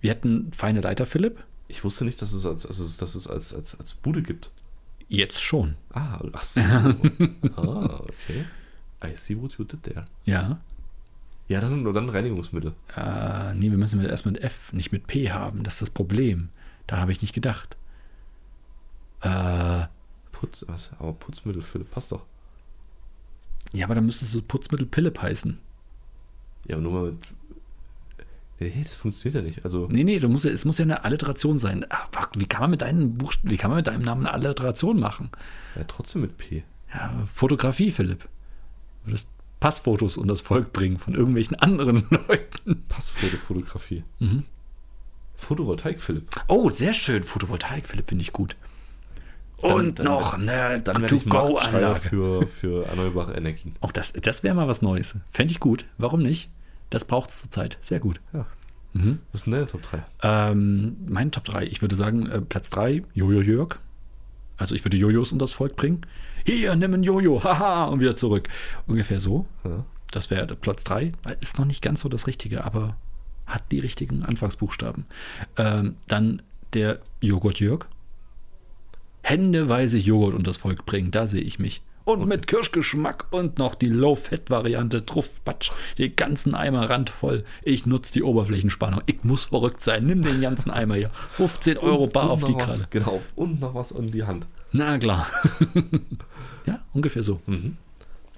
A: Wir hatten feine Leiter Philipp.
B: Ich wusste nicht, dass es als, dass es, dass es als, als, als Bude gibt.
A: Jetzt schon.
B: Ah, ach so. ah, okay. I see what you did there.
A: Ja.
B: Ja, dann, dann Reinigungsmittel.
A: Äh, nee, wir müssen erst mit F, nicht mit P haben. Das ist das Problem. Da habe ich nicht gedacht. Äh,
B: Putz, was? Aber Putzmittel, Philipp, passt doch.
A: ja, aber dann müsste es so Putzmittel Philipp heißen.
B: Ja, aber nur mal mit. Nee, das funktioniert ja nicht. Also,
A: Nee, nee, du musst, ja- es muss ja eine Alliteration sein. Ah, fuck, wie kann man mit deinem Buch, wie kann man mit deinem Namen eine Alliteration machen?
B: ja, trotzdem mit P.
A: Ja, Fotografie, Philipp. Du würdest Passfotos und das Volk bringen von irgendwelchen anderen Leuten.
B: Passfotofotografie.
A: Mhm.
B: Photovoltaik, Philipp.
A: Oh, sehr schön. Photovoltaik, Philipp, finde ich gut.
B: Dann-
A: Und
B: dann-
A: noch eine
B: werd Marktschreier
A: To-Go-Anlage.
B: für, für erneuerbare Energien.
A: Auch das, das wäre mal was Neues. Fände ich gut. Warum nicht? Das braucht es zurzeit. Sehr gut.
B: Ja.
A: Mhm.
B: Was sind deine Top 3?
A: Ähm, mein Top 3. Ich würde sagen, äh, Platz 3, Jojo Jörg. Also ich würde Jojos um das Volk bringen. Hier, nimm ein Jojo, haha, und wieder zurück. Ungefähr so.
B: Ja.
A: Das wäre der Platz 3. Ist noch nicht ganz so das Richtige, aber hat die richtigen Anfangsbuchstaben. Ähm, dann der Joghurt Jörg. Händeweise Joghurt und das Volk bringen, da sehe ich mich. Und mit Kirschgeschmack und noch die Low-Fat-Variante, Truffbatsch, die ganzen Eimer randvoll. Ich nutze die Oberflächenspannung. Ich muss verrückt sein. Nimm den ganzen Eimer hier. 15 Euro
B: Und-
A: bar
B: und
A: auf die
B: noch was,
A: Kralle.
B: Genau. Und noch was an die Hand.
A: Na klar. ja, ungefähr so.
B: Mhm.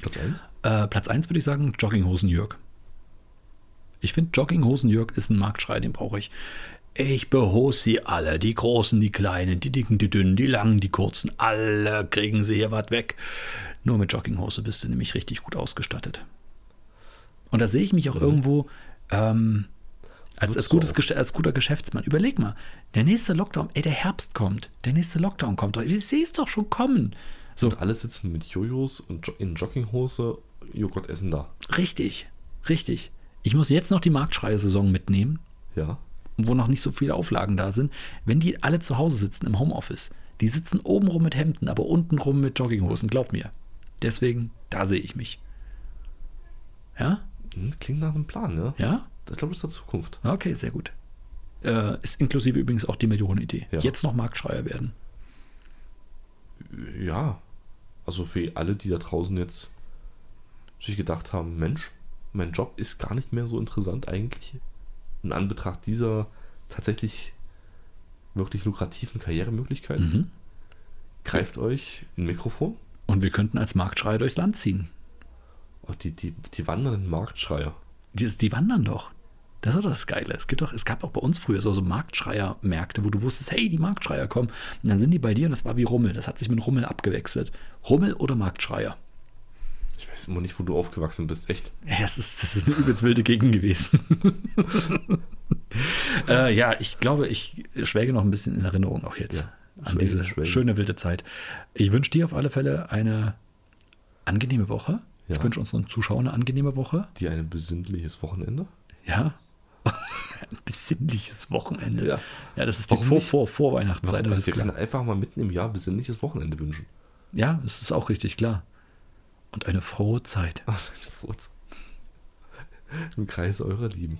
B: Platz 1?
A: Äh, Platz 1 würde ich sagen, Jogginghosen-Jörg. Ich finde, Jogginghosen-Jörg ist ein Marktschrei, den brauche ich. Ich behos sie alle, die Großen, die Kleinen, die Dicken, die Dünnen, die Langen, die Kurzen, alle kriegen sie hier was weg. Nur mit Jogginghose bist du nämlich richtig gut ausgestattet. Und da sehe ich mich auch irgendwo ähm, als,
B: Würdest
A: als,
B: du
A: gutes
B: auch.
A: Gesch- als guter Geschäftsmann. Überleg mal, der nächste Lockdown, ey, der Herbst kommt, der nächste Lockdown kommt. Ich sehe es doch schon kommen. So,
B: Und alle sitzen mit Jojos und jo in Jogginghose Joghurt essen da.
A: Richtig, richtig. Ich muss jetzt noch die Marktschreie-Saison mitnehmen,
B: Ja.
A: wo noch nicht so viele Auflagen da sind. Wenn die alle zu Hause sitzen im Homeoffice, die sitzen obenrum mit Hemden, aber untenrum mit Jogginghosen, glaub mir. Deswegen, da sehe ich mich. Ja?
B: Hm, Klingt nach einem Plan, ne?
A: Ja?
B: Das glaube ich ist der Zukunft.
A: Okay, sehr gut. Äh, ist inklusive übrigens auch die Millionenidee.
B: Ja.
A: Jetzt noch Marktschreier werden.
B: Ja. Also für alle, die da draußen jetzt sich gedacht haben, Mensch, mein Job ist gar nicht mehr so interessant eigentlich. In Anbetracht dieser tatsächlich wirklich lukrativen Karrieremöglichkeiten.
A: Mhm.
B: Greift euch ein Mikrofon.
A: Und wir könnten als Marktschreier durchs Land ziehen.
B: Oh, die, die, die wandernden Marktschreier.
A: Die, die wandern doch. Das ist doch das Geile. Es, gibt doch, es gab auch bei uns früher so, so Marktschreier-Märkte, wo du wusstest, hey, die Marktschreier kommen. Und dann sind die bei dir und das war wie Rummel. Das hat sich mit Rummel abgewechselt. Rummel oder Marktschreier?
B: Ich weiß immer nicht, wo du aufgewachsen bist. Echt.
A: Ja, das ist, das ist eine übelst wilde Gegend gewesen. äh, ja, ich glaube, ich schwelge noch ein bisschen in Erinnerung auch jetzt
B: Ja,
A: an
B: schwelgen,
A: diese
B: schwelgen.
A: schöne wilde Zeit. Ich wünsche dir auf alle Fälle eine angenehme Woche. Ich
B: Ja.
A: wünsche unseren Zuschauern eine angenehme Woche.
B: Die ein besinnliches Wochenende.
A: Ja. Ein besinnliches Wochenende.
B: Ja.
A: das ist die
B: Warum
A: Vor
B: nicht?
A: Vor Vorweihnachtszeit.
B: Warum
A: alles
B: nicht? Wir
A: klar.
B: können einfach mal mitten im Jahr besinnliches Wochenende wünschen.
A: Ja, es ist auch richtig klar. Und eine frohe Zeit.
B: Furz. Im Kreis eurer Lieben.